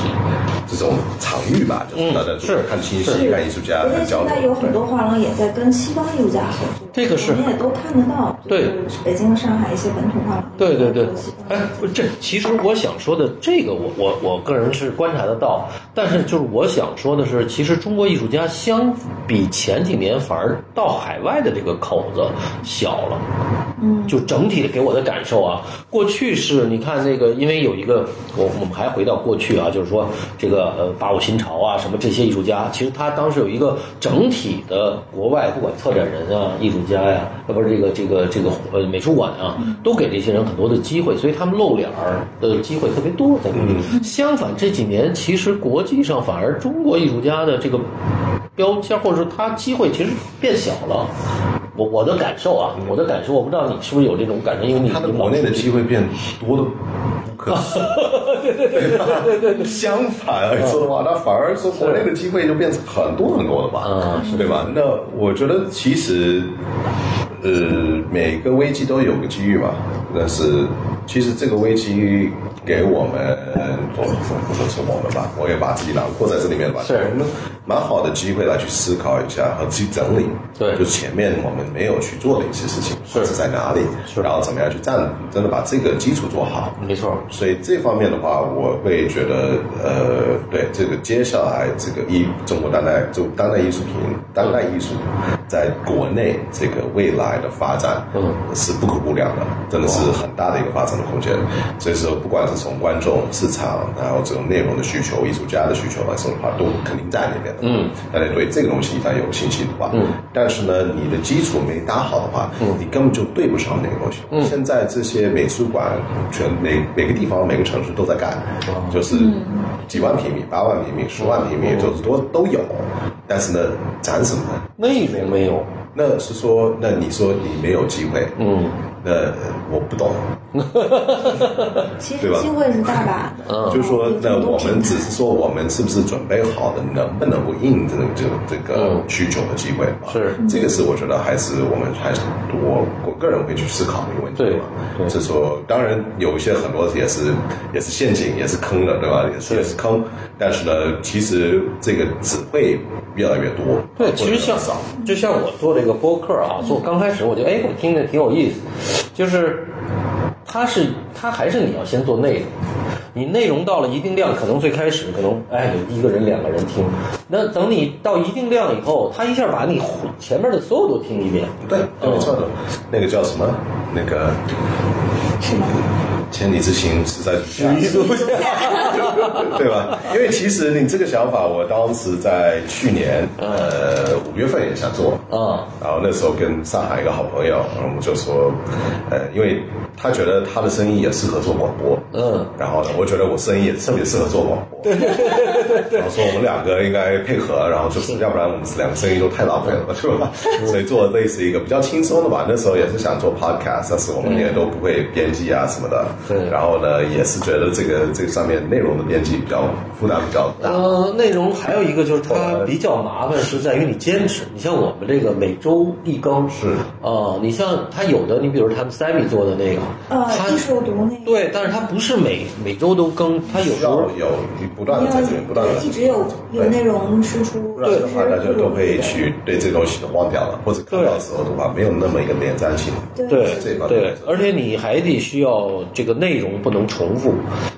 这种场域吧，就是大家
嗯是
看信
是
息、看艺术家、
国
看
内现
交流。
在有很多画廊也在跟西方艺术家合作，
这个是
我们也都看得到，
对，
北京、上海一些本土画廊，
对对对
有西方，
哎，不这其实我想说的这个我，我我个人是观察得到，但是就是我想说的是，其实中国艺术家相比前几年反而到海外的这个口子小了，嗯，就整体的给我的感受啊，过去是你看那个，因为有一个我我们还回到过去啊，就是说这个呃八五新潮啊什么这些艺术家，其实他当时有一个整体的国外不管策展人啊、艺术家呀、呃不是这个这个这个呃美术馆啊，都给这些人很多的机会，所以他们露脸儿的机会特别多在国内。相反，这几年其实国际上反而中国艺术家的这个标签或者说他机会其实变小了。我我的感受啊，我的感受，我不知道你是不是有这种感受，因为你
他的
你老
国内的机会变多的不可思议。对对对对，相反来说的话，那反而说国内的机会就变成很多很多了吧？
嗯
对吧？那我觉得其实，呃，每个危机都有个机遇嘛。但是其实这个危机给我们，我我不说是我们吧，我也把自己囊括在这里面吧。
是
我们蛮好的机会来去思考一下和去整理。
对
就前面我们没有去做的一些事情
是
在哪里，
是
然后怎么样去站，真的把这个基础做好。
没错，
所以这方面的话，我会觉得，呃，对这个接下来这个艺中国当代就当代艺术品、当代艺术在国内这个未来的发展，
嗯
是不可估量的，真的是很大的一个发展的空间。所以说，不管是从观众、市场，然后这种内容的需求、艺术家的需求来说的话，都肯定在那边的。
嗯，
大家对这个东西一旦有信心的话，
嗯，
但是呢，你的基础没打好的话，嗯，你根本就对不上那个东西。嗯，现在这些美术馆全每每个地方每个城市都在盖，
嗯
就是几万平米、八万平米、十万平
嗯
米，就是多都有，但是呢，展什么呢？
内容没有，
那是说，那你说你没有机会，
嗯，
那呃我不懂，
其实
对吧
机会是大把的，
嗯
就是说
有，
那
很多
我们
平台
只是说，我们是不是准备好了，能不能够应这个这个这个
嗯
需求的机会吧？
是
这个是我觉得还是我们还是我我个人会去思考的一个问题
对
吧。
对
是说，当然有一些很多也是也是陷阱，也是坑的，对吧？也是也是坑，但是呢，其实这个只会越来越多，
对，
不
其
会
实
越来
像
越少。
嗯就像我做这个播客啊，做刚开始我就哎，我听着挺有意思，就是它是它还是你要先做内容。你内容到了一定量，可能最开始可能哎有一个人两个人听，那等你到一定量以后，他一下把你前面的所有都听一遍。
对，没错的。那个叫什么？那个
是吗？
千里之行，是在
举一足下。
对吧？因为其实你这个想法，我当时在去年呃五月份也想做
啊，
然后那时候跟上海一个好朋友，然后我们就说，呃，因为他觉得他的生意也适合做广播，
嗯，
然后呢，我觉得我生意也特别适合做广播，对对对，然后说我们两个应该配合，然后就是要不然我们两个生意都太浪费了，是吧？
嗯
所以做类似一个比较轻松的吧。那时候也是想做 podcast，但是我们也都不会编辑啊什么的，
对
然后呢，也是觉得这个这上面内容的编辑比较负担比较大，
呃，内容还有一个就是它比较麻烦，是在于你坚持。你像我们这个每周一更
是
啊、你像它有的，你比如他们 Sammy 做的那个，它
呃，艺术读那个。
对，但是它不是每每周都更，它有
需
时
要
候
有你不断的在这边不断的
对一直有有内容输出，
不然的话，
就是
大家都会去对这东西都忘掉了，或者看到的时候的话，没有那么一个连沾性。
对
对
这方面
对，而且你还得需要这个内容不能重复，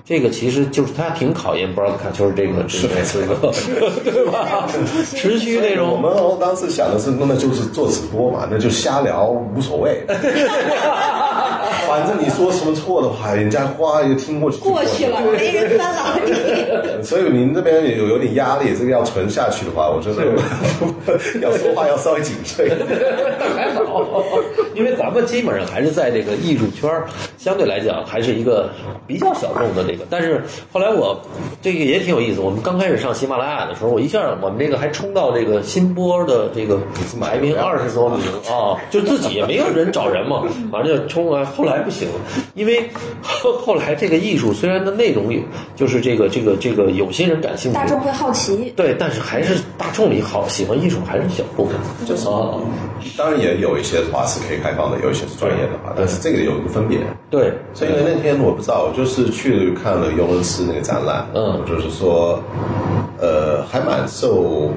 这个其实就是它挺考验 broadcast，就是这个这个这个，对吧？啊持续内
我
容，
们哦当时想的是，那就是做直播嘛，那就瞎聊无所 谓。反正你说什么错的话，人家哗就听过去就
过去了，没人翻了。
所以您这边有有点压力，这个要存下去的话，我觉得 要说话要稍微谨慎。
还好，因为咱们基本上还是在这个艺术圈儿，相对来讲还是一个比较小众的这个。但是后来我这个也挺有意思，我们刚开始上喜马拉雅的时候，我一下我们这个还冲到这个新播的这个排名二十多名啊，就自己也没有人找人嘛，反正就冲啊。后来不行，因为后后来这个艺术虽然的内容有，就是这个这个这个有些人感兴趣
大，众会好奇，
对，但是还是大众里好喜欢艺术还是小部分， 就是啊。
当然也有一些的话是可以开放的，有一些是专业的话，但是这个有一个分别。
对，
所以呢，那天我不知道，我就是去看了尤文斯那个展览，
嗯
我就是说，呃，还蛮受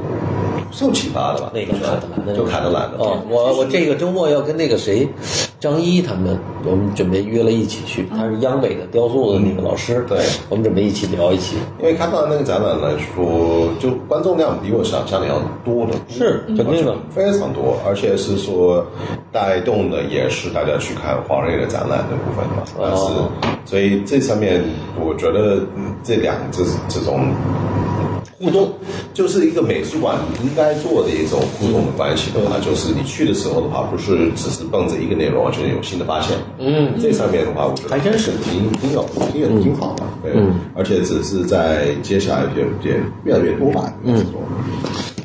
受启发的吧？
那个
就
卡德兰的那个
就卡德兰的，
哦，我我这个周末要跟那个谁，张一他们，我们准备约了一起去。
嗯
他是央美的雕塑的那个老师，
对
我们准备一起聊一起。
因为卡德兰那个展览来说，就观众量比我想象的要多的多，
是肯定的，
非常多，而且是说带动的也是大家去看黄瑞的展览的部分嘛。但是，
哦
所以这上面我觉得嗯这两这这种互动，就是一个美术馆应该做的一种互动的关系的
嗯
话，就是你去的时候的话，不是只是奔着一个内容，而且有新的发现。
嗯，
这上面的话，我觉得
还真是
挺挺有挺有挺好的。对，
嗯
而且只是在接下来也也越来越多吧。嗯，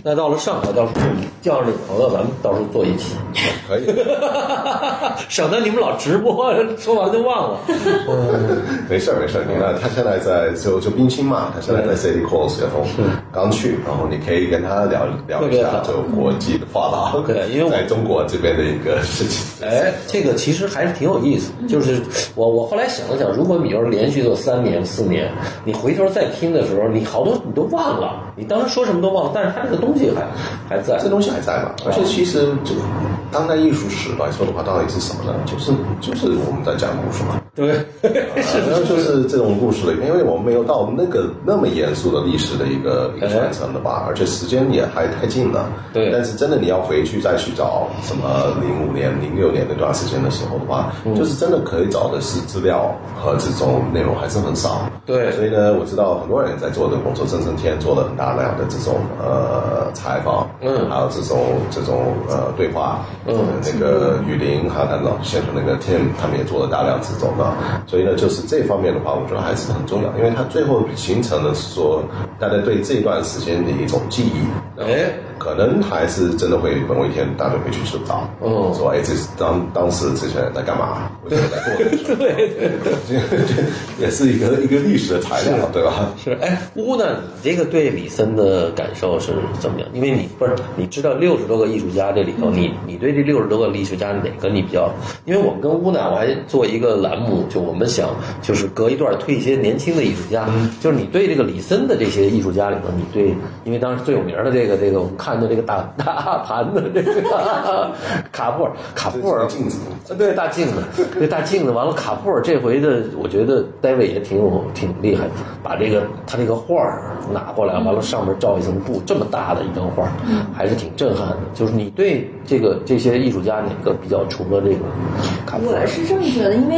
那到了上海，到时候叫上这个朋友，咱们到时候坐一起，
可以。
省得你们老直播，说完就忘了。
没事儿没事儿，你看他现在在就就冰清嘛，他现在在 City Course 然后刚去，然后你可以跟他聊聊一下就国际的话廊，
对因为我
在中国这边的一个事情，
哎，这个其实还是挺有意
嗯
思。就是我我后来想了想，如果你要是连续做三年四年，你回头再听的时候，你好多你都忘了，你当时说什么都忘了，但是它这个东西还还在。
这东西还在嘛？而且其实就当代艺术史来说的话，到底是什么呢？就是就是我们在讲故事嘛，
对，
是的，就是这种故事的，因为我们没有到那个那么严肃的历史的一个一个传承的吧，而且时间也还太近了。
对
但是真的你要回去再去找什么零五年、零六年那段时间的时候的话，就是真的可以找的是资料和这种内容还是很少。
对
所以呢，我知道很多人在做这个工作，郑胜天做了很大量的这种呃采访，
嗯
还有这种这种呃对话，
嗯
那个雨林还有他老先生那个 Tim，他们也做了大量这种的，所以呢，就是这方面的话，我觉得还是很重要，因为它最后形成的是说大家对这段时间的一种记忆，
哎，
可能还是真的会某一天大家会去寻找，
嗯
说哎，这是当当时这些人在干嘛？为什么 在做这个事儿？对对对，这也是一个一个历史的材料，对吧？
是哎，乌呢？你这个对李森的感受是怎怎么样？因为你不是你知道六十多个艺术家这里头，
嗯
你你对这六十多个艺术家哪个你比较？因为我们跟乌娜我还做一个栏目，就我们想就是隔一段推一些年轻的艺术家，
嗯
就是你对这个李森的这些艺术家里头，你对，因为当时最有名的这个这个我们看的这个大大盘子这个 卡布尔卡布尔
这是镜子
啊，对大镜子，对大镜子。完了，卡普尔这回的，我觉得戴维也挺有挺厉害，把这个他这个画儿拿过来，完了上面罩一层布，这么大的一张画儿，
嗯
还是挺震撼的。就是你对这个这些艺术家哪个比较除了这个卡普
我
尔？
是这么觉得，因为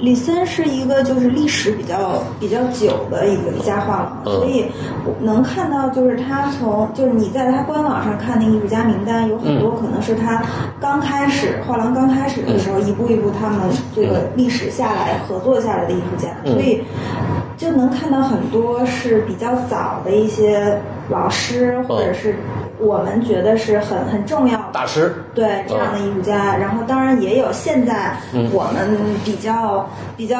李森是一个就是历史比较比较久的一个一家画廊，
嗯
所以我能看到就是他从就是你在他官网上看那个艺术家名单，有很
嗯
多可能是他刚开始画廊刚开始的时候，
嗯
一步一步他们这个历史下来合作下来的艺术家，
嗯
所以就能看到很多是比较早的一些老师或
嗯
者是。我们觉得是很很重要的
大师，
对这
嗯
样的艺术家，然后当然也有现在我们比较、比较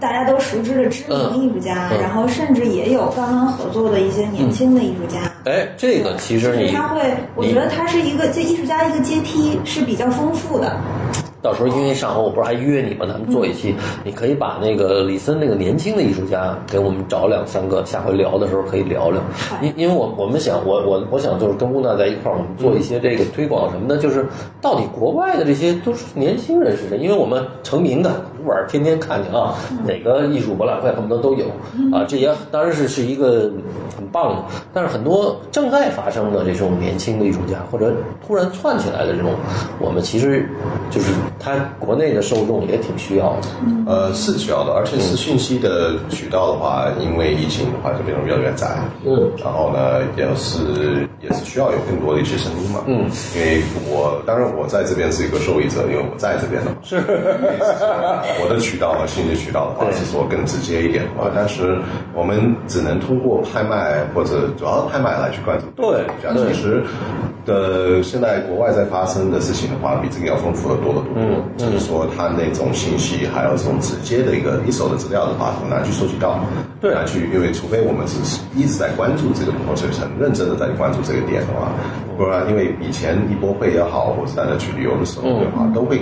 大家都熟知的知名艺术家，
嗯嗯
然后甚至也有刚刚合作的一些年轻的艺术家。
哎，这个其实
就是
你
他会，我觉得他是一个，这艺术家一个阶梯是比较丰富的。
到时候因为上回我不是还约你吗？咱们做一
嗯
期，你可以把那个李森那个年轻的艺术家给我们找两三个，下回聊的时候可以聊聊。因因为我我们想，我我我想就是跟乌娜在一块儿，我们做一些这个推广什么的，就是到底国外的这些都是年轻人是谁？因为我们成名的，偶尔天天看见啊，哪个艺术博览会恨不得都有啊，这也当然是是一个很棒的，但是很多正在发生的这种年轻的艺术家，或者突然窜起来的这种，我们其实就是他国内的受众也挺需要的。
呃，是需要的，而
嗯
且是信息的渠道的话，因为疫情的话就变得越来越窄。
嗯，
然后呢，也是也是需要有更多的一些声音嘛。
嗯，
因为我当然我在这边是一个受益者，因为我在这边的嘛。是，我的渠道和信息渠道的话
对
是说更直接一点的话，但是我们只能通过拍卖或者主要是拍卖来去关注。
对对
其实的现在国外在发生的事情的话，比这个要丰富的多得多。
嗯
只是说它那种信息，还有这种直接的一个一手的资料的话，很难去收集到，
对啊
很难去，因为除非我们只是一直在关注这个东西，很认真的在关注这个点的话，
嗯
不然因为以前艺博会也好，或者大家去旅游的时候的
嗯
话，都会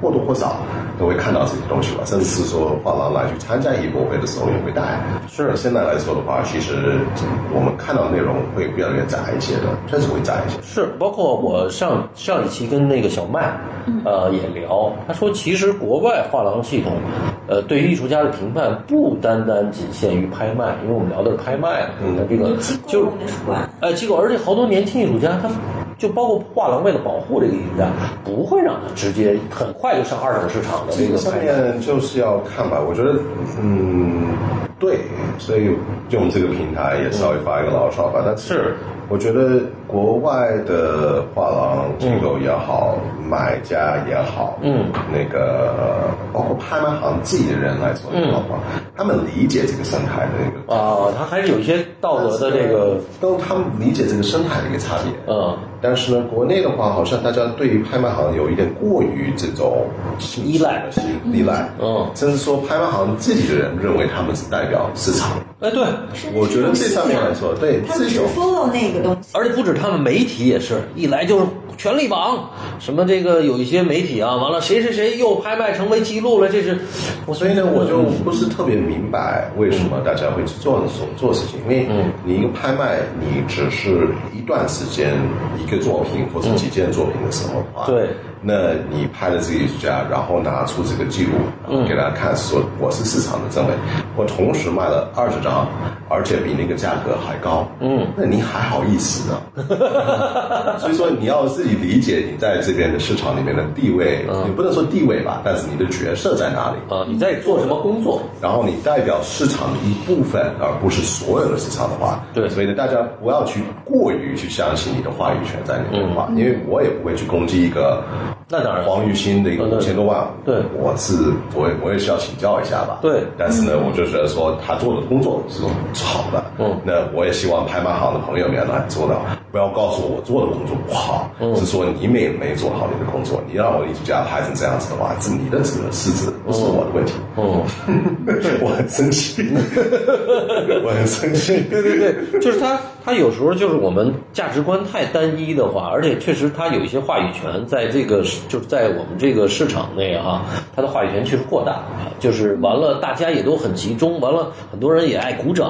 或多或少都会看到这些东西吧，甚至是说画廊来去参加艺博会的时候也会带。
是
现在来说的话，其实我们看到的内容会越来越窄一些的，确实会窄一些。
是，包括我上上一期跟那个小麦，
嗯
呃，也聊，他说其实国外画廊系统，呃，对于艺术家的评判不单单仅限于拍卖，因为我们聊的是拍卖，啊
嗯
那这个
机构
就是
美术馆，
呃，机构，而且好多年轻艺术家，他就包括画廊为了保护这个艺术家，不会让他直接很快就上二手市场的这
这
个
个上
拍卖。
面就是要看吧，我觉得，嗯，对，所以用这个平台也稍微发一个牢骚吧。但
是，
我觉得国外的画廊机构也好，买家也好，
嗯，
那个包括拍卖行自己的人来说也好吧，
嗯
他们理解这个生态的那个
啊，他还是有一些道德的这个，
都他们理解这个生态的一个差别，
嗯，
但是呢，国内的话，好像大家对于拍卖行有一点过于这种信
依赖
信依赖，
嗯
甚至说拍卖行自己的人认为他们是代表市场。
哎，对，
甚至
我觉得这上面来说，对
他
这
们只
种
follow 那个东西。
而且不止他们，媒体也是一来就是权力榜，什么这个有一些媒体啊，完了谁谁谁又拍卖成为记录了，这是，我
所以呢，我就不是特别明白为什么大家会去做所做事情，因为你一个拍卖，你只是一段时间一个作品或者几件作品的时候的话，
对，
那你拍了这个艺术家，然后拿出这个记录，然后给大家看，说我是市场的证人，我同时卖了二十张，而且比那个价格还高，嗯，那你还好意思啊？ 所以说你要自己理解你在这边的市场里面的地位，你不能说地位吧，但是你的角色在哪里？
啊，你在做什么工作？
然后你代表市场的一部分，而不是所有的市场的话，
对
所以呢，大家不要去过于去相信你的话语权在你的话，因为我也不会去攻击一个
嗯那当然
黄玉新的一个
嗯对
五千多万，
对
我是我也我也是要请教一下吧。
对
但是呢，我就觉得说他做的工作是好的，
嗯
那我也希望拍卖行的朋友们来做到，不要告诉我我做的工作不好，
嗯
是说你没没做好你的工作，你让我艺术家拍成这样子的话，是你的责任失职，不是我的问题。
嗯，
我很生气，我很生气。
对对对，就是他，他有时候就是我们价值观太单一的话，而且确实他有一些话语权在这个就是在我们这个市场内哈、他的话语权确实过大，就是完了大家也都很集中，完了很多人也爱鼓掌，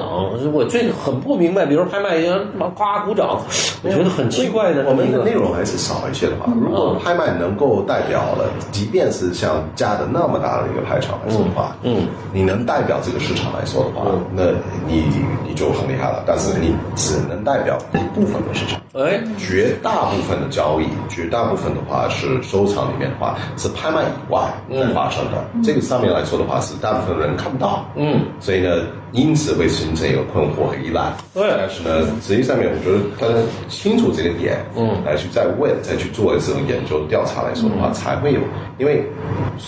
我这个很不明白，比如拍卖员夸鼓掌，我觉得很奇怪的
我们
这
的
么
内
一个。
容还是少一些的话，如果拍卖能够代表了，即便是像加的那么大的一个排场来说的话，
嗯嗯
你能代表这个市场来说的话，
嗯
那你你就很厉害了。但是你只能代表一部分的市场。
哎，
绝大部分的交易，绝大部分的话是收藏里面的话是拍卖以外在发生的，这个上面来说的话是大部分人看不到，
嗯，
所以呢，因此会形成一个困惑和依赖。
对
但是呢，实际上面我觉得大家清楚这个点，
嗯
来去再为再去做这种研究调查来说的话，才会有，因为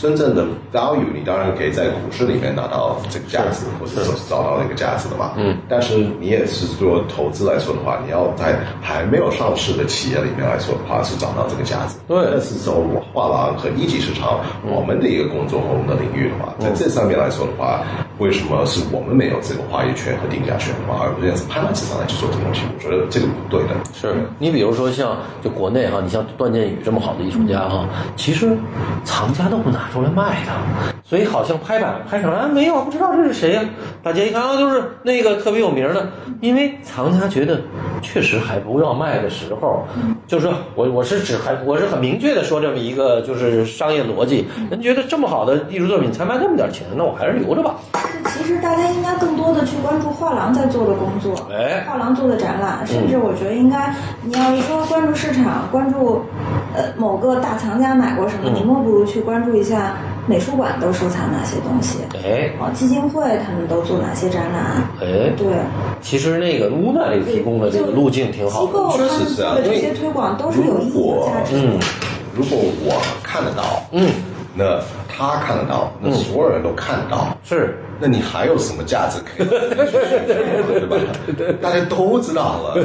真正的 value 你当然可以在股市里面拿到这个价值，或者说是找到那个价值的嘛，
嗯，
但是你也是做投资来说的话，你要在还没有上市的企业里面来说的话，是找到这个价值。
对嗯
那是走我画廊和一级市场我们的一个工作和我们的领域的话，在这上面来说的话，为什么是我们没有这个话语权和定价权的话，而不是拍卖市场来去做这个东西？我觉得这个不对的。
是你比如说像就国内哈、你像段建宇这么好的艺术家哈、其实藏家都不拿出来卖的，所以好像拍板拍成啊没有，不知道这是谁呀、大家一看啊，就是那个特别有名的，因为藏家觉得确实还不要卖的时候，就是说我我是指还我是很明确的说这么一个就是商业逻辑，人觉得这么好的艺术作品才卖这么点钱，那我还是留着吧。
就其实大家应该更多的去关注画廊在做的工作，
哎嗯
画廊做的展览，甚至我觉得应该，你要一说关注市场，关注呃某个大藏家买过什么，
嗯
你莫不如去关注一下美术馆都收藏哪些东西，
哎
哦，基金会他们都做哪些展览，
哎，
对，
其实那个乌娜这个提供的这个路径挺好
机
的。
构他
确
们
实是
做
啊
的
因
这
为
些推广都是有意义和
如果
价值的。
嗯
如果我看得到，
嗯，
那他看得到，那所有人都看得到，
是。
那你还有什么价值可以对吧？大家都知道 了，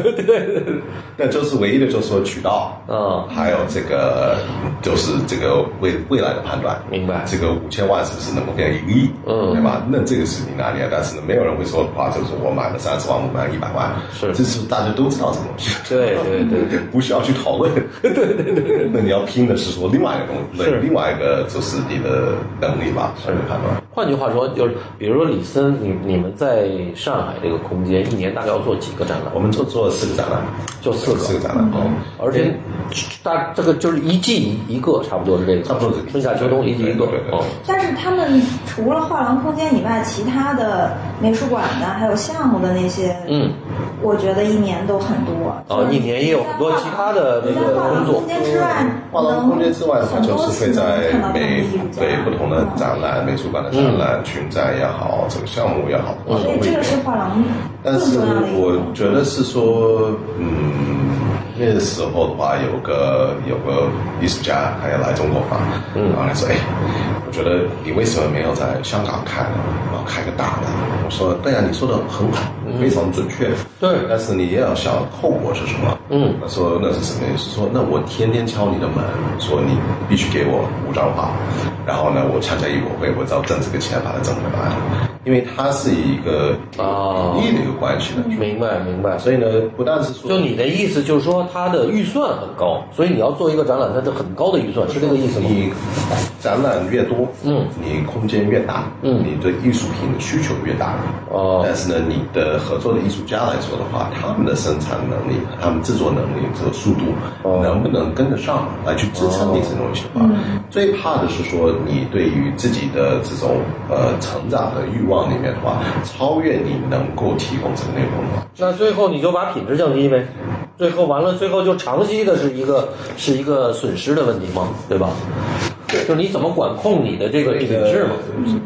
那就是唯一的就是说渠道，
嗯
还有这个就是这个未未来的判断，
明白
这个五千万是不是能够变一个亿？
嗯
对吧？那这个是你拿捏，但是呢，没有人会说哇，就是我买了三十万，我买了一百万，
是
这是大家都知道这个东西，
对对对对，
不需要去讨 论。对对对，那你要拼的是说另外一个东西
是，
另外一个就是你的能力吧，是判断。
换句话说，就是比如说李森，你你们在上海这个空间，一年大概要做几个展览
我？们就做了四个展览，
就四个嗯
四个展览，哦
而且大这个就是一季一个，差不多是这个，
差不多是
春夏秋冬一季一个
对对对对
哦。
但是他们除了画廊空间以外，其他的美术馆的还有项目的那些，
嗯，
我觉得一年都很多。嗯
哦一年也有很多其他的这个工作
除了画廊空间之外，
画廊空间之外的话，
能
就是会在
很多次能看到他们的
每
艺术家
每不同的展览、美术馆的展览、群展也好，这个项目也好，
嗯所以
都会
这
有
个是画廊更
但是
重要的一个
我觉得是说，嗯，那个时候的话，有个有个艺术家他也来中国嘛，
嗯
然后他说，哎，我觉得你为什么没有在香港开呢？我要开个大的。我说，对啊，你说的很好，非常准确。
对
但是你也要想后果是什么？
嗯
他说那是什么意思？说那我天天敲你的门，说你必须给我五张画，然后呢，我参加艺博会，我只要挣这个钱把它挣回来，因为它是一个
哦
利益的一个关系的，
明白明白。
所以呢，不但是说
嗯就你的意思就是说，它的预算很高，所以你要做一个展览，它的很高的预算，是这个意思吗？
你展览越多，
嗯
你空间越大，
嗯
你对艺术品的需求越大，
哦
但是呢，你的合作的艺术家来说的话，他们的生产能力、他们制作能力和速度，
哦
能不能跟得上来去支撑你这种东西吧？最怕的是说你对于自己的这种呃成长的欲望里面的话，超越你能够提供这个内容的。
那最后你就把品质降低呗，最后完了，最后就长期的是一个是一个损失的问题嘛，对吧？就是你怎么管控你的这个品质嘛？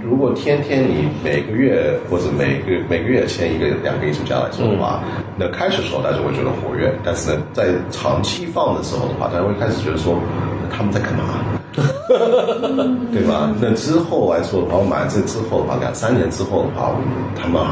如果天天你每个月或者每个每个月签一个两个艺术家来说的话，
嗯
那开始的时候大家会觉得活跃，但是呢，在长期放的时候的话，大家会开始觉得说，他们在干嘛？ 对吧？那之后来说的话，我买了这之后的话，两三年之后的话，他们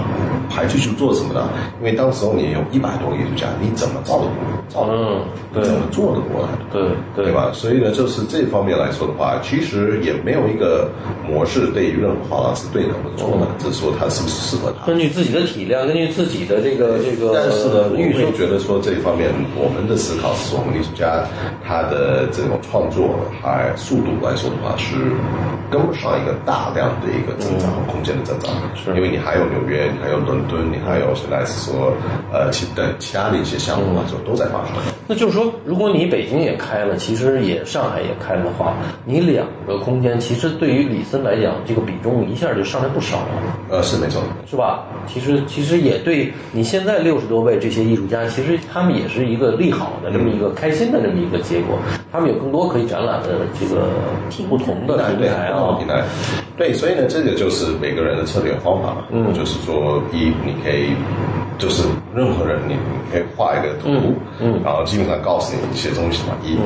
还继续做什么呢？因为当时候你有一百多个艺术家，你怎么照得过？照得过？
嗯，
你
对
怎么做得过来？
对
对
对？
吧？所以呢，就是这方面来说的话，其实也没有一个模式对于任何画廊是对的或者错的，只是说它是不是适合它。
根据自己的体量，根据自己的这个这个
但是呢，我
预
会
算，
觉得说这一方面，我们的思考是我们艺术家他的这种创作还速度来说的话，是跟不上一个大量的一个增长和空间的增长，
是
因为你还有纽约，你还有伦敦，你还有现在是说呃其等其他的一些项目来说都在发生。
那就是说，如果你北京也开了，其实也上海也开了的话，你两个空间其实对于李森来讲，这个比重一下就上来不少了，
呃，是没错的。
是吧？其实其实也对你现在六十多位这些艺术家，其实他们也是一个利好的这么一
嗯
个开心的这么一个结果，他们有更多可以展览的这个不同的平
对
台啊
平。台，对，所以呢，这个就是每个人的策略方法嘛，
嗯
就是说一你可以。就是任何人，你你可以画一个图，
嗯嗯
然后基本上告诉你一些东西嘛。一，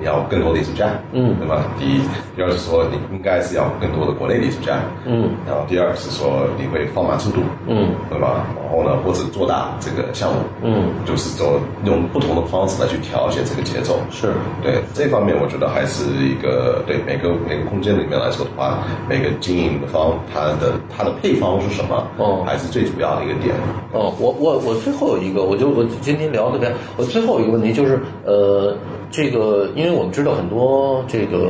你要更多的艺术家，
嗯
对吧？第一，第二是说你应该是要更多的国内的艺术家，
嗯
然后第二是说你会放慢速度，
嗯
对吧？然后呢，或者做大这个项目，
嗯，
就是说用不同的方式来去调节这个节奏，
是
对这方面，我觉得还是一个对每个每个空间里面来说的话，每个经营的方它的它的配方是什么，
哦
还是最主要的一个点。
哦，我我我最后有一个，我就我今天聊的别，我最后一个问题就是，呃，这个因为我们知道很多这个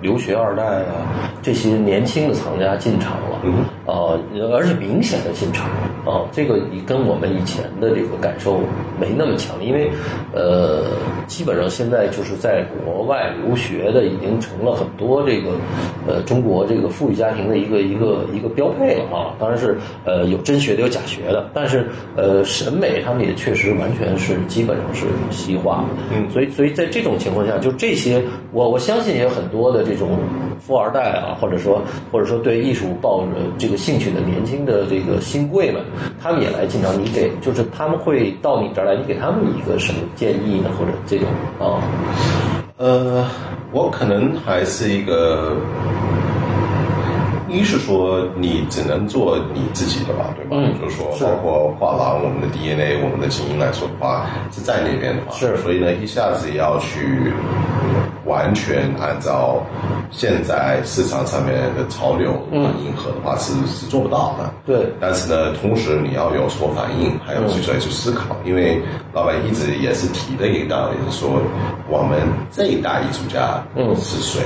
留学二代啊，这些年轻的藏家进场了，
嗯
啊、而且明显的进场啊，这个也跟我们以前的这个感受没那么强，因为呃，基本上现在就是在国外留学的已经成了很多这个呃中国这个富裕家庭的一个一个一个标配了啊。当然是呃有真学的有假学的，但是呃审美他们也确实完全是基本上是西化，
嗯
所以所以在这种情况下，就这些我我相信也有很多的这种富二代啊，或者说或者说对艺术抱着这个兴趣的年轻的这个新贵们，他们也来进场，你给就是他们会到你这儿来，你给他们一个什么建议呢？或者这种啊，
呃，我可能还是一个，一是说你只能做你自己的吧，对吧？
嗯
就是说，
是
包括画廊我们的 DNA、我们的基因来说的话，是在那边的嘛，
是
所以呢，一下子要去完全按照现在市场上面的潮流
嗯
迎合的话，是是做不到的。
对，
但是呢，同时你要有所反应，还有去
嗯
再去思考，因为老板一直也是提的一个道理，就是说我们这一代艺术家
嗯
是谁、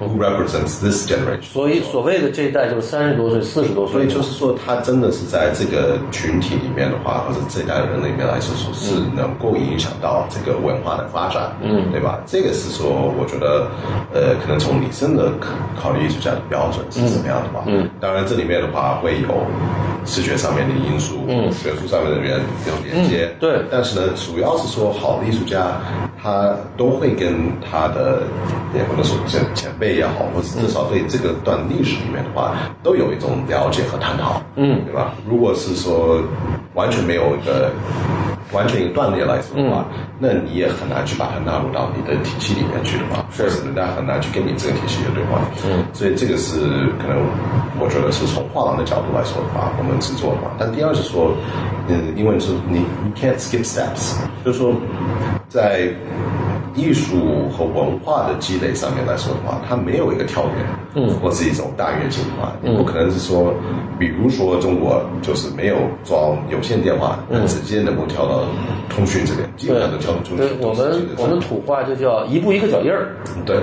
w h o represents this generation。
所以所谓的这一代就是三十多岁、四十多
所
岁，
以就是说，他真的是在这个群体里面的话，或者这一代人里面来说，说是能够影响到这个文化的发展，
嗯
对吧？这个是说，我觉得，呃，可能从理性的考考虑艺术家的标准是什么样的吧。
嗯嗯
当然这里面的话会有视觉上面的因素，
嗯
学术上面的原有连接、
嗯对
但是呢，主要是说好的艺术家，他都会跟他的也不能说前前辈也好，或者至少对这个段历史里面的话，都有一种了解和探讨，
嗯
对吧？如果是说完全没有一个。完全一个断裂来说的话，那你也很难去把它纳入到你的体系里面去的嘛，
是
或者人家很难去跟你这个体系的对话。嗯，所以这个是可能我觉得是从画廊的角度来说的话，我们制作的话。但第二是说，嗯，因为是你你 can't skip steps，就是说在艺术和文化的积累上面来说的话，它没有一个跳跃，
嗯
或是一种大跃进化，你不可能是说，比如说中国就是没有装有线电话，
嗯
直接能够跳到通讯这边，基本上都跳到通讯
对，我
都是
们
这个
我们土话就叫一步一个脚印儿，
对。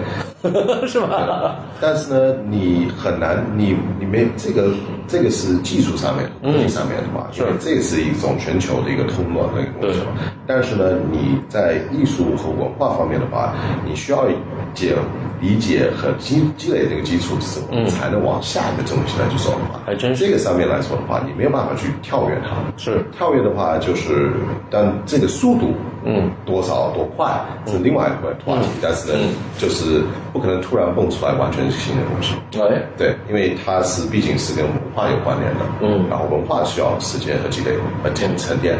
是吧？
但是呢，你很难，你你没这个，这个是技术上面、科技上面的嘛，
嗯是
因为这是一种全球的一个通路和一个过程
对。
但是呢，你在艺术和文化方面的话，你需要解理解和积积累这个基础之后，
嗯
才能往下一个东西来去走的话，
还真是
这个上面来说的话，你没有办法去跳跃它。
是
跳跃的话，就是但这个速度
嗯，
多少多快是另外一个话题，但是呢，就是不可能突然蹦出来完全新的东西。
哎，
对，因为它是毕竟是跟文化有关联的，
嗯
然后文化需要时间和积累和沉沉淀，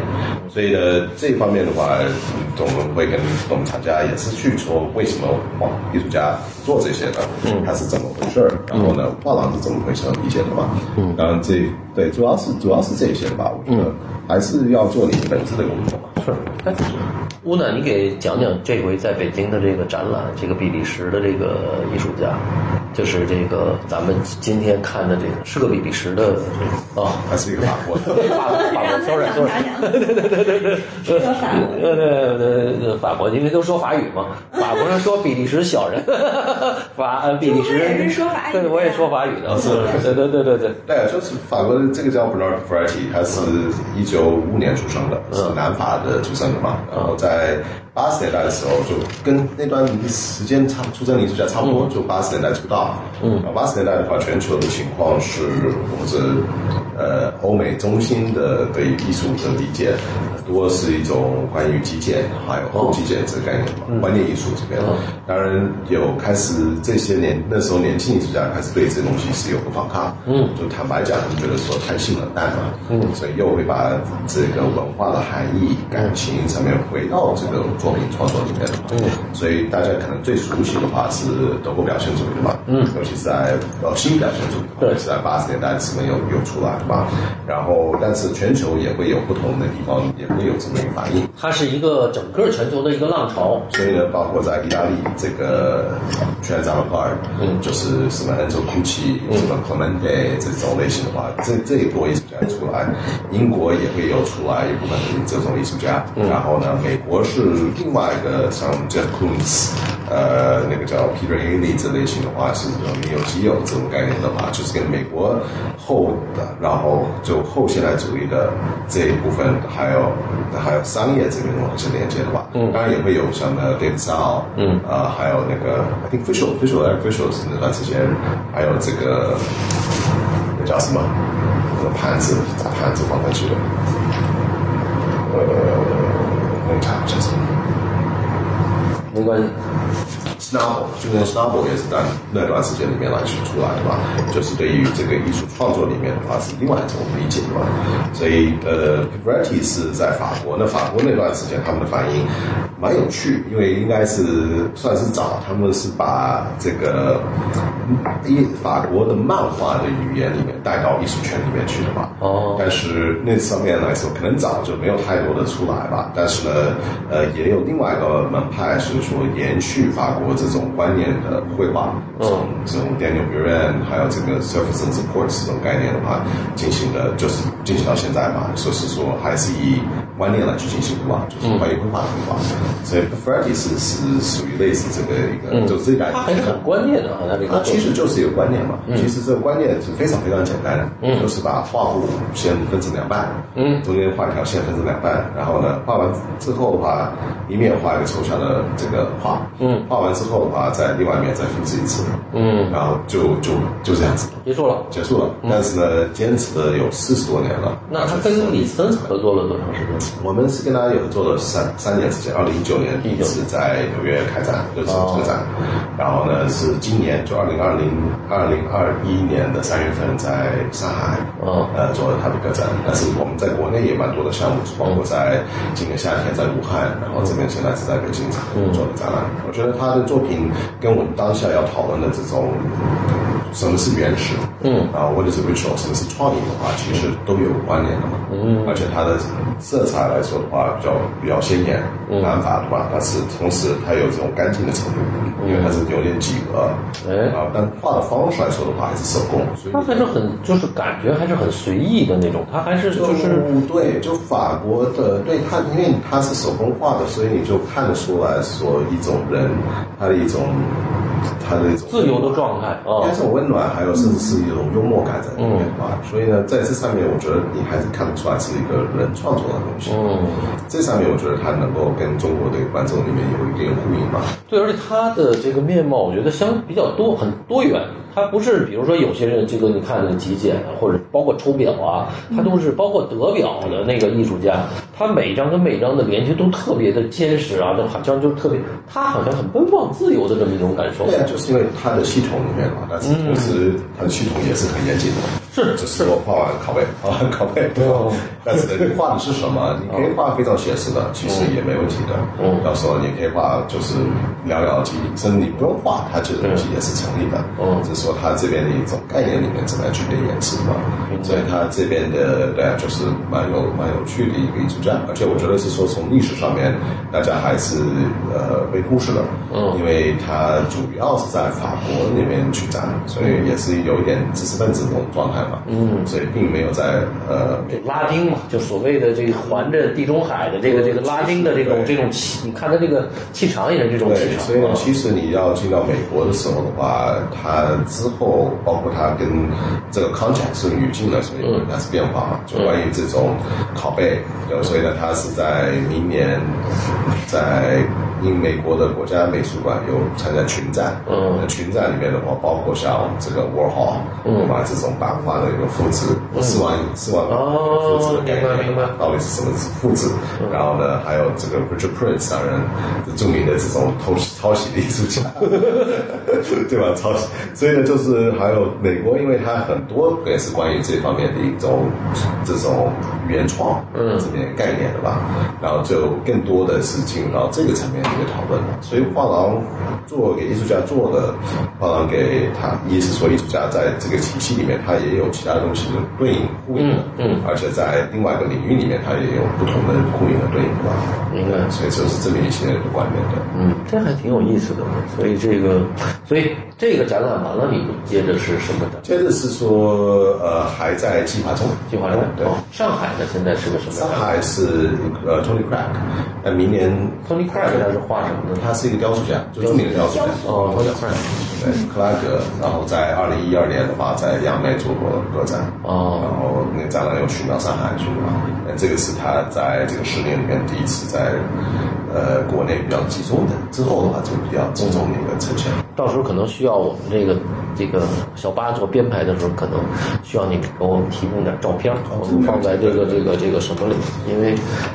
所以呢，这方面的话，我们会跟我们厂家也是去说为什么画艺术家做这些呢？嗯，它是怎么回事儿？然后呢，画廊是怎么回事儿？理解的吧？嗯，当然这对主要是主要是这些吧，我觉得还是要做你本职的工作嘛。
是。哎，乌娜，你给讲讲这回在北京的这个展览，这个比利时的这个艺术家，就是这个咱们今天看的这个是个比利时的哦，
还是一个法国的，
法法国，sorry
让
sorry，
他讲讲，对对对对对，
呃呃呃，法国，因为都说法语嘛，法国人说比利时小人， 法呃比利时
中国人是说法语的
对，我也说法语的，对对对对对，
对，就是法国的这个叫 Bernard f r e t t i 他是一九五五年出生的，是南法的出生的嘛。然后在八十年代的时候，就跟那段时间差出生的艺术家差不多，就八十年代出道。嗯，然后八十年代的话，全球的情况是我是呃欧美中心的对艺术的理解，很多是一种关于极简还有后极简这个概念嘛，观念艺术这边。当然有开始这些年那时候年轻艺术家开始对这东西是有个反抗，嗯，就坦白讲，他们觉得说太性冷淡了，嗯，所以又会把这个文化的含义、感情上面回到这个作品创作里面，嗯，所以大家可能最熟悉的话是德国表现主义嘛，嗯，尤其是在呃新表现主义，
对
是在八十年代是没有有出来的嘛，然后但是全球也会有不同的地方也会有这么一个反应，
它是一个整个全球的一个浪潮，
所以呢，包括在意大利这个全扎马戈尔，嗯，就是什么 Enzo Gucci、什么 Clemente 这种类型的话，这这一波艺术家出来，英国也会有出来一部分的这种艺术家，然后呢，美国是另外一个像 Jeff Koons，呃，那个叫 Peter Haley 这类型的话是你有极有这种概念的话，就是跟美国后的，然后就后现代主义的这一部分，还有还有商业这边的话是连接的吧。嗯，当然也会有像那 David s a l 嗯，呃，还有那个 I think Fisher Fisher Fisher 是那段时间，还有这个那叫什么？那个盘子砸盘子放上去的，呃，那个叫什么？
没关系，
Snubble，就是 Snubble 也是在那段时间里面来去出来的嘛，就是对于这个艺术创作里面的话是另外一种理解嘛，所以呃 p i v r e t t i 是在法国，那法国那段时间他们的反应蛮有趣，因为应该是算是早，他们是把这个一法国的漫画的语言里面带到艺术圈里面去的嘛，
哦
但是那上面来说，可能早就没有太多的出来吧。但是呢，呃，也有另外一个门派是说延续法国这种观念的绘画，
嗯
从这种 Daniel Buren 还有这个 Surface and Support 这种概念的话，进行的就是进行到现在嘛，就是说还是以观念来去进行绘画，就是关于绘画的绘画。所以 f r e d d y 是是属于类似这个一个，就是这个概
它
念。
还是很关键的，好啊像这个
它
作品
啊其实就是一个观念嘛，其实这个观念是非常非常简单的，
嗯
就是把画布先分成两半，
嗯
中间画一条线分成两半，然后呢，画完之后的话，一面画一个抽象的这个画，
嗯
画完之后的话，在另外一面再复制一次，
嗯，
然后就就就这样子
结束了。
结束了。但是呢，坚持了有四十多年了。
嗯那他跟李森合作了多长时间？
我们是跟他有做了三三年时间，二零一九年第一次在纽约开展，就是这个展。然后呢，是今年就二零二零二零二一年的三月份在上海，
嗯
呃，做了他的个展。但是我们在国内也蛮多的项目，包括在今年夏天在武汉，然后这边现在是在北京做的展览。我觉得他的作品跟我们当下要讨论的这种什么是原始，
嗯
啊，或者是 visual，什么是创意的话，其实都有关联的嘛。嗯，而且它的色彩来说的话，比较比较鲜艳，染法的话，但是同时它有这种干净的程度，因为它是有点几何。
哎
啊，但画的方式来说的话，还是手工，所以
他还是很，就是感觉还是很随意的那种，他还是就是
对，就法国的对它，因为它是手工画的，所以你就看得出来说一种人他的一种他的一种
自由的嗯状态啊
应该。是温暖，还有甚至是一种幽默感在里面吧。
嗯
所以呢，在这上面，我觉得你还是看得出来是一个人创作的东西。
嗯，
这上面我觉得它能够跟中国的观众里面有一定的呼应吧。
对，而且他的这个面貌，我觉得相比较多，很多元。他不是比如说有些人这个你看那个极简啊，或者包括抽表啊，他都是包括德表的那个艺术家，他每一张跟每一张的连接都特别的坚实啊，那好像就特别，他好像很奔放自由的这么一种感受。
对啊，就是因为它的系统里面啊嘛，但是同时它的系统也是很严谨的，
嗯是哦
只是我画完拷贝，画完拷贝，对吧？但是你画的是什么？你可以画非常写实的，其实也没问题的。
嗯
到时候你可以画就是寥寥几笔，甚至你不用画，它这个东西也是成立的。
嗯
只是说它这边的一种概念里面怎么样去被延迟嘛。
嗯
所以它这边的对啊，就是蛮有蛮有趣的一个艺术家，而且我觉得是说从历史上面大家还是呃被忽视了，
嗯
因为它主要是在法国那边去展，所以也是有一点知识分子这种状态嘛。
嗯
所以并没有在呃美
拉丁嘛，就所谓的这个环着地中海的这个这个拉丁的这种这种气，你看他这个气场也是这种气
对，
场。
所以
啊
其实你要进到美国的时候的话，它之后包括它跟这个 context 是语境的，所以
嗯
它是变化嘛。就关于这种拷贝，对，所以呢，它是在明年在英美国的国家美术馆有参加群展，
嗯
那群展里面的话，包括像这个 Warhol，
嗯
对吧？这种版画的一个复制，四万四万版画的一个复制
哦
的概念，
明白明白
到底是什么是复制，然后呢，还有这个 Richard Prince 当然著名的这种偷袭抄袭的艺术家， 对吧？抄袭，所以呢，就是还有美国，因为它很多也是关于这方面的一种这种原创，
嗯
这边概念的吧，然后就更多的是进入到这个层面的一个讨论了。所以画廊做给艺术家做的，画廊给他，一是说艺术家在这个体系里面，他也有其他东西的对应呼应的，
嗯嗯
而且在另外一个领域里面，它也有不同的呼应的对应的吧。
明白
所以这是这么一些观点的。
嗯，这还挺有意思的。所以这个，所以这个展览完了，你接着是什么展？
接着是说，呃，还在计划中，
计划中
对。
哦，上海的现在是个什么
上
展？
海是呃 Tony Craig，那明年
Tony Craig 他是画什么的？
他是一个雕塑家，就著名的雕塑家。
哦，Tony Craig。
对，克拉格，然后在二零一二年的话，在杨梅做过个展，
哦
然后那个展览又巡到上海去了，那这个是他在这个十年里面第一次在呃国内比较集中的，之后的话就比较集中的一个呈现。
到时候可能需要我们这个这个小八做编排的时候，可能需要你给我们提供点照片，我们放在哦这个这个这个什么里，因为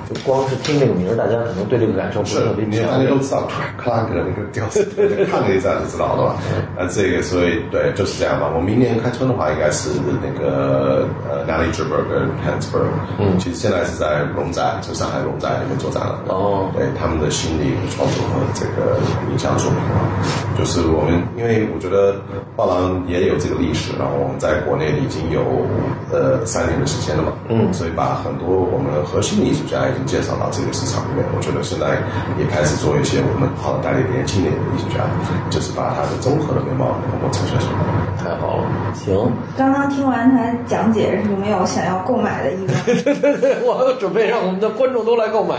就光是听这个名儿，大家可能对这个感受不是特别
你
强
大家都知道克拉格的那个雕塑，看了一下就知道了吧？
嗯
那这个所以对就是这样吧。我明年开春的话，应该是那个呃 Natalie g i b e r 跟 Hansberg，嗯，其实现在是在龙仔，就上海龙仔那边做展览的。
哦
对他们的心理创作和这个影像作品啊，就是我们因为我觉得画廊也有这个历史，然后我们在国内已经有呃三年的时间了嘛，嗯，所以把很多我们的核心的艺术家已经介绍到这个市场里面。我觉得现在也开始做一些我们好带领年轻的艺术家，就是把他的综合的面貌能够呈现出来。
太好了，行，
刚刚听完他讲解，有没有想要购买的意愿？
我准备让我们的观众都来购买，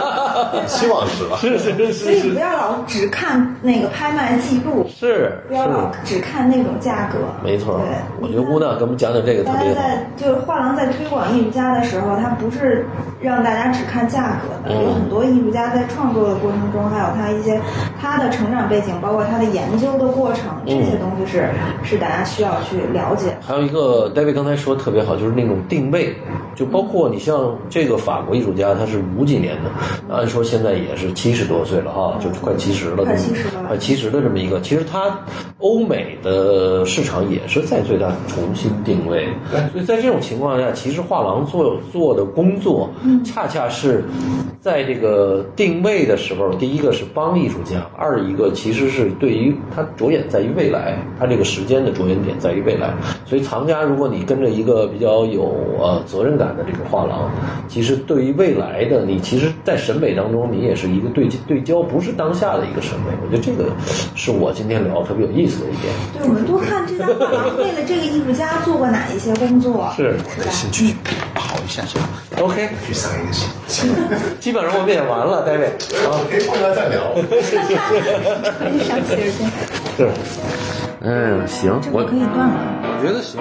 希望是吧？
是是
所
是
以不要老只看那个拍卖记录，
是
不要老只看那种价格。
没错
对，，
我觉得乌娜给我们讲讲这个特
大
别
家
好。
在就是画廊在推广艺术家的时候，他不是让大家只看价格的，
嗯
有很多艺术家在创作的过程中，还有他一些他的成长背景，包括他的研究的过程，这
嗯
些东西是是大家需要去了解的。
还有一个，David 刚才说得特别好，就是那种定位，就包括你像这个法国艺术家，他是五几年的，按说现在也是七十多岁了哈，就是快七十了，
快70了
快七十的这么一个。其实他欧美的市场也是在对他重新定位，所以在这种情况下，其实画廊做做的工作，恰恰是在这个定位的时候，第一个是帮艺术家，二一个其实是对于他着眼在于未来，他这个时间的着眼点在于未来。所以藏家，如果你跟着一个比较有呃责任感的这个画廊，其实对于未来的你，其实，在审美当中，你也是一个对对焦，不是当下的一个审美。我觉得这个是我今天聊得特别有意思的一点。
对，我们多看这家画廊为了这个艺术家做过哪一些工作，
是
吧？
趣跑一下下，
OK，
去上一个戏，
基本上我们也完了，戴维啊，
可以回来再聊。
可以上起而见，
是，嗯，行
这个可以断了。
我觉得行。